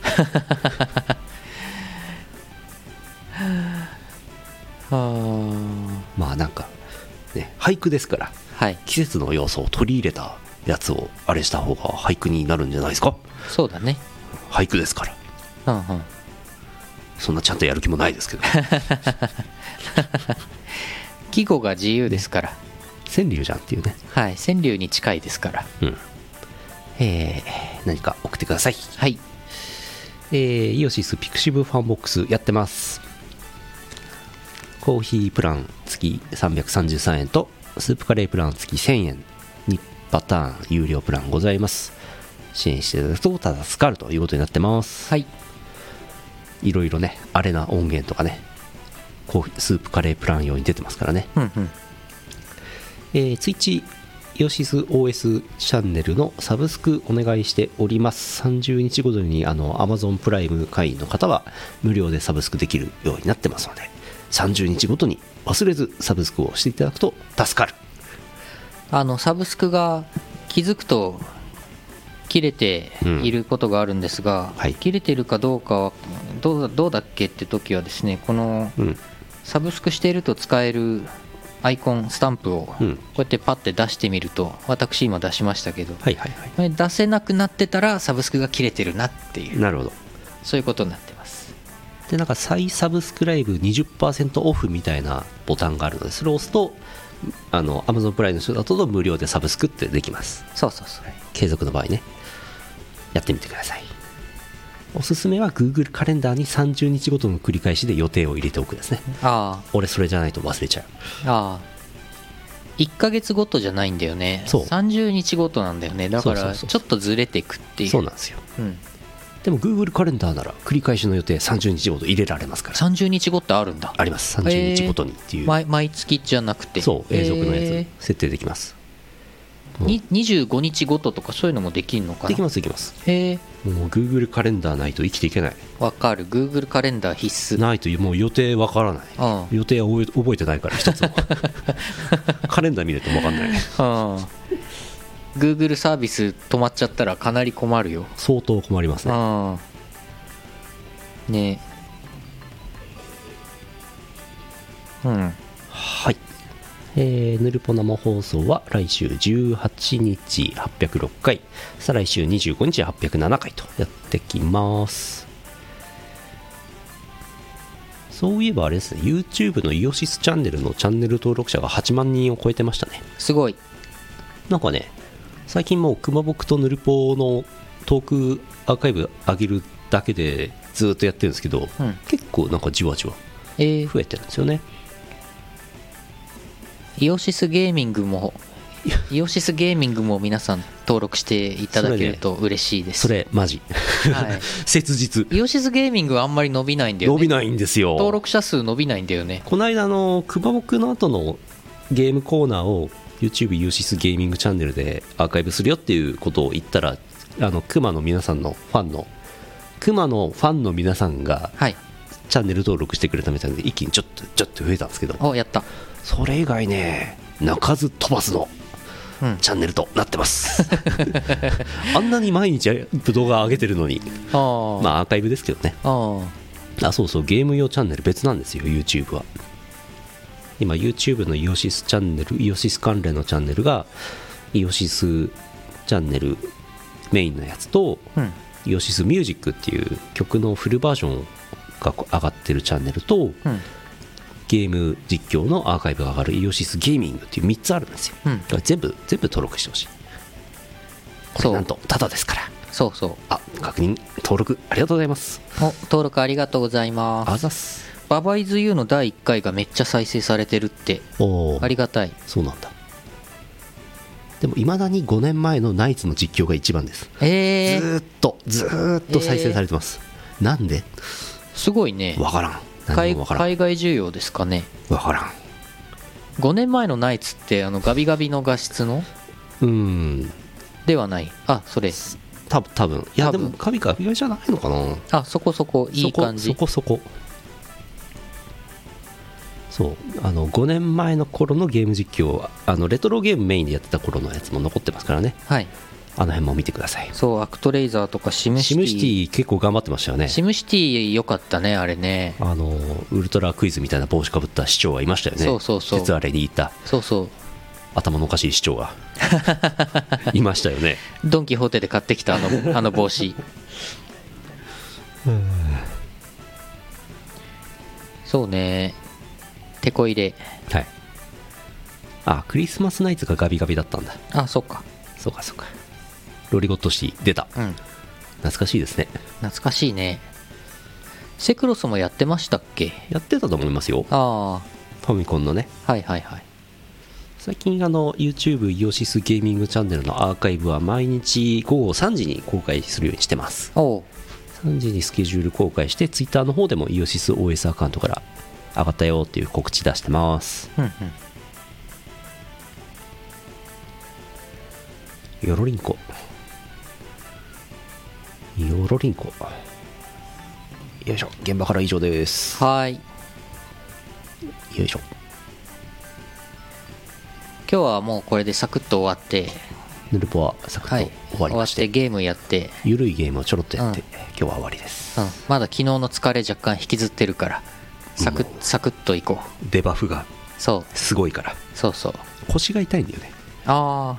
S1: ああー
S2: まあなんかね俳句ですから
S1: はい
S2: 季節の要素を取り入れたやつをあれした方が俳句になるんじゃないですか
S1: そうだね
S2: 俳句ですから
S1: うんうん
S2: そんなちゃんとやる気もないですけど
S1: 季語が自由ですから
S2: <laughs> 川柳じゃんっていうね
S1: はい川柳に近いですから
S2: うんえー何か送ってください
S1: はい
S2: えーイオシスピクシブファンボックスやってますコーヒープラン月333円とスープカレープラン月1000円にパターン有料プランございます支援していただくとただ助かるということになってます
S1: はい
S2: いろいろねアレな音源とかねコーヒースープカレープラン用に出てますからね、
S1: うんうん
S2: えー、ツイッチイオシス OS チャンネルのサブスクお願いしております30日ごとにあの Amazon プライム会員の方は無料でサブスクできるようになってますので30日ごとに忘れずサブスクをしていただくと助かる
S1: あのサブスクが気づくと切れていることがあるんですが、
S2: はい
S1: 切れてるかどうかはどうだどうだっけって時はですねこの
S2: うん
S1: サブスクしていると使えるアイコンスタンプをこ
S2: うん
S1: うやってパッて出してみると私今出しましたけど
S2: はいはいは
S1: 出せなくなってたらサブスクが切れてるなっていう
S2: なるほど
S1: そういうことになってます
S2: でなんか再サブスクライブ20%オフみたいなボタンがあるのでそれを押すとあの Amazon プライムの人だと無料でサブスクってできます
S1: そうそうそう
S2: 継続の場合ねやってみてくださいおすすめは Google カレンダーに30日ごとの繰り返しで予定を入れておくですね
S1: あ
S2: 俺それじゃないと忘れちゃう
S1: あああ1ヶ月ごとじゃないんだよね
S2: そう
S1: 30日ごとなんだよねだか
S2: そうそう
S1: ら
S2: そう
S1: ちょっとずれてくっていう
S2: そうなんですよ
S1: うん、
S2: でも Google カレンダーなら繰り返しの予定30日ごと入れられますから
S1: 30日後ってあるんだ
S2: あります30日ごとにっていう、
S1: 毎毎月じゃなくて
S2: そう永続のや
S1: え
S2: つ設定できます
S1: ーに25日ごととかそういうのもできるのかな
S2: できますできます
S1: へえ
S2: もう Google カレンダーないと生きていけない
S1: わかる Google カレンダー必須
S2: ないともう予定わからない
S1: うん
S2: 予定は覚え覚えてないから
S1: <laughs>
S2: 一つもカレンダー見ないとわかんない
S1: うん Google サービス止まっちゃったらかなり困るよ
S2: 相当困ります
S1: う
S2: ね
S1: んねえうん
S2: はいえー、ヌルポ生放送は来週18日806回再来週25日807回とやってきますそういえばあれですね YouTube のイオシスチャンネルのチャンネル登録者が8万人を超えてましたね
S1: すごい
S2: なんかね最近もう熊僕とヌルポのトークアーカイブ上げるだけでずーっとやってるんですけど、
S1: うん
S2: 結構なんかじわじわ
S1: えー
S2: 増えてるんですよね
S1: イオシスゲーミングもイオシスゲーミングも皆さん登録していただけると嬉しいです
S2: それマジ <laughs>
S1: は
S2: 切実
S1: い、イオシスゲーミングはあんまり伸びないんだよね
S2: 伸びないんですよ
S1: 登録者数伸びないんだよね
S2: この間あのくまぼくの後のゲームコーナーを YouTube ユーシスゲーミングチャンネルでアーカイブするよっていうことを言ったらあのクマの皆さんのファンのクマのファンの皆さんが
S1: はい
S2: チャンネル登録してくれたみたいで一気にちょっとちょっと増えたんですけど
S1: おやった
S2: それ以外ね泣かず飛ばすの
S1: うん
S2: チャンネルとなってます
S1: <laughs>
S2: <laughs> あんなに毎日動画上げてるのに
S1: あ、
S2: まあアーカイブですけどね
S1: あー
S2: あそうそうゲーム用チャンネル別なんですよ YouTube は今 YouTube のイオシスチャンネルイオシス関連のチャンネルがイオシスチャンネルメインのやつと
S1: うん
S2: イオシスミュージックっていう曲のフルバージョンが上がってるチャンネルと
S1: うん
S2: ゲーム実況のアーカイブが上がるイオシスゲーミングっていう3つあるんですよ、
S1: うん
S2: だから全部全部登録してほしいこ
S1: そ
S2: れ
S1: う
S2: なんとタダですから
S1: そうそう
S2: あ確認登録ありがとうございます
S1: お登録ありがとうございます
S2: あざっす
S1: ババイズ U の第1回がめっちゃ再生されてるって
S2: おお
S1: ありがたい
S2: そうなんだでもいまだに5年前のナイツの実況が一番ですず
S1: えー、
S2: ーっとずーっと再生されてます、なんです
S1: ごいね
S2: わからん何
S1: 海
S2: もわからん
S1: 海外需要ですかね
S2: わからん
S1: 5年前のナイツってあのガビガビの画質の
S2: うーん
S1: ではないあそれ
S2: た多分いや
S1: 多
S2: で
S1: 分
S2: も神か意外じゃないのかな
S1: あそこそこいい感じ
S2: そこそこそこそうあの5年前の頃のゲーム実況はあのレトロゲームメインでやってた頃のやつも残ってますからね
S1: はい
S2: あの辺も見てください
S1: そうアクトレイザーとかシムシテ
S2: シ
S1: ィ
S2: ムシティ結構頑張ってましたよね
S1: シムシティ良かったねあれね
S2: あのウルトラクイズみたいな帽子かぶった市長がいましたよね
S1: そうそうそう
S2: 実はあれにいた
S1: そうそう
S2: 頭のおかしい市
S1: <laughs>
S2: 長がいましたよね
S1: ドン・キホーテで買ってきたあの
S2: <laughs>
S1: あの帽子そうねテこ入れ
S2: はいあクリスマスナイツがガビガビだったんだ
S1: あそっか
S2: そうかそうかロリゴットシティ出た
S1: うん
S2: 懐かしいですね
S1: 懐かしいねセクロスもやってましたっけ
S2: やってたと思いますよ
S1: あ
S2: ファミコンのね
S1: あはいはいはい
S2: 最近あの YouTube イオシスゲーミングチャンネルのアーカイブは毎日午後3時に公開するようにしてます
S1: おう
S2: 3時にスケジュール公開して Twitter の方でもイオシス OS アカウントから上がったよっていう告知出してます
S1: うんうん
S2: よろりんこよろりんこよいしょ現場から以上です
S1: はーい
S2: よいしょ
S1: 今日はもうこれでサクッと終わって
S2: ヌルポはサク
S1: は
S2: ッ
S1: い
S2: と終わりまして,、
S1: ゲームやって、
S2: ゆるいゲームをちょろっとやって、
S1: うん
S2: 今日は終わりです
S1: うん、まだ昨日の疲れ若干引きずってるからサクッサクッといこう
S2: デバフが
S1: そう
S2: すごいから
S1: そうそう
S2: 腰が痛いんだよね
S1: あ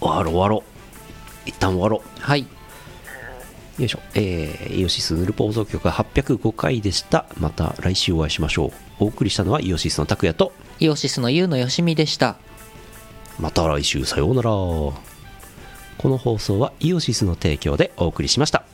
S2: 終わろう終わろう一旦終わろ
S1: あはい
S2: よいしょえー、イオシスヌルポ放送局805回でしたまた来週お会いしましょうお送りしたのはイオシスの拓也と
S1: イオシスのユウのよしみでした
S2: また来週さようならこの放送はイオシスの提供でお送りしました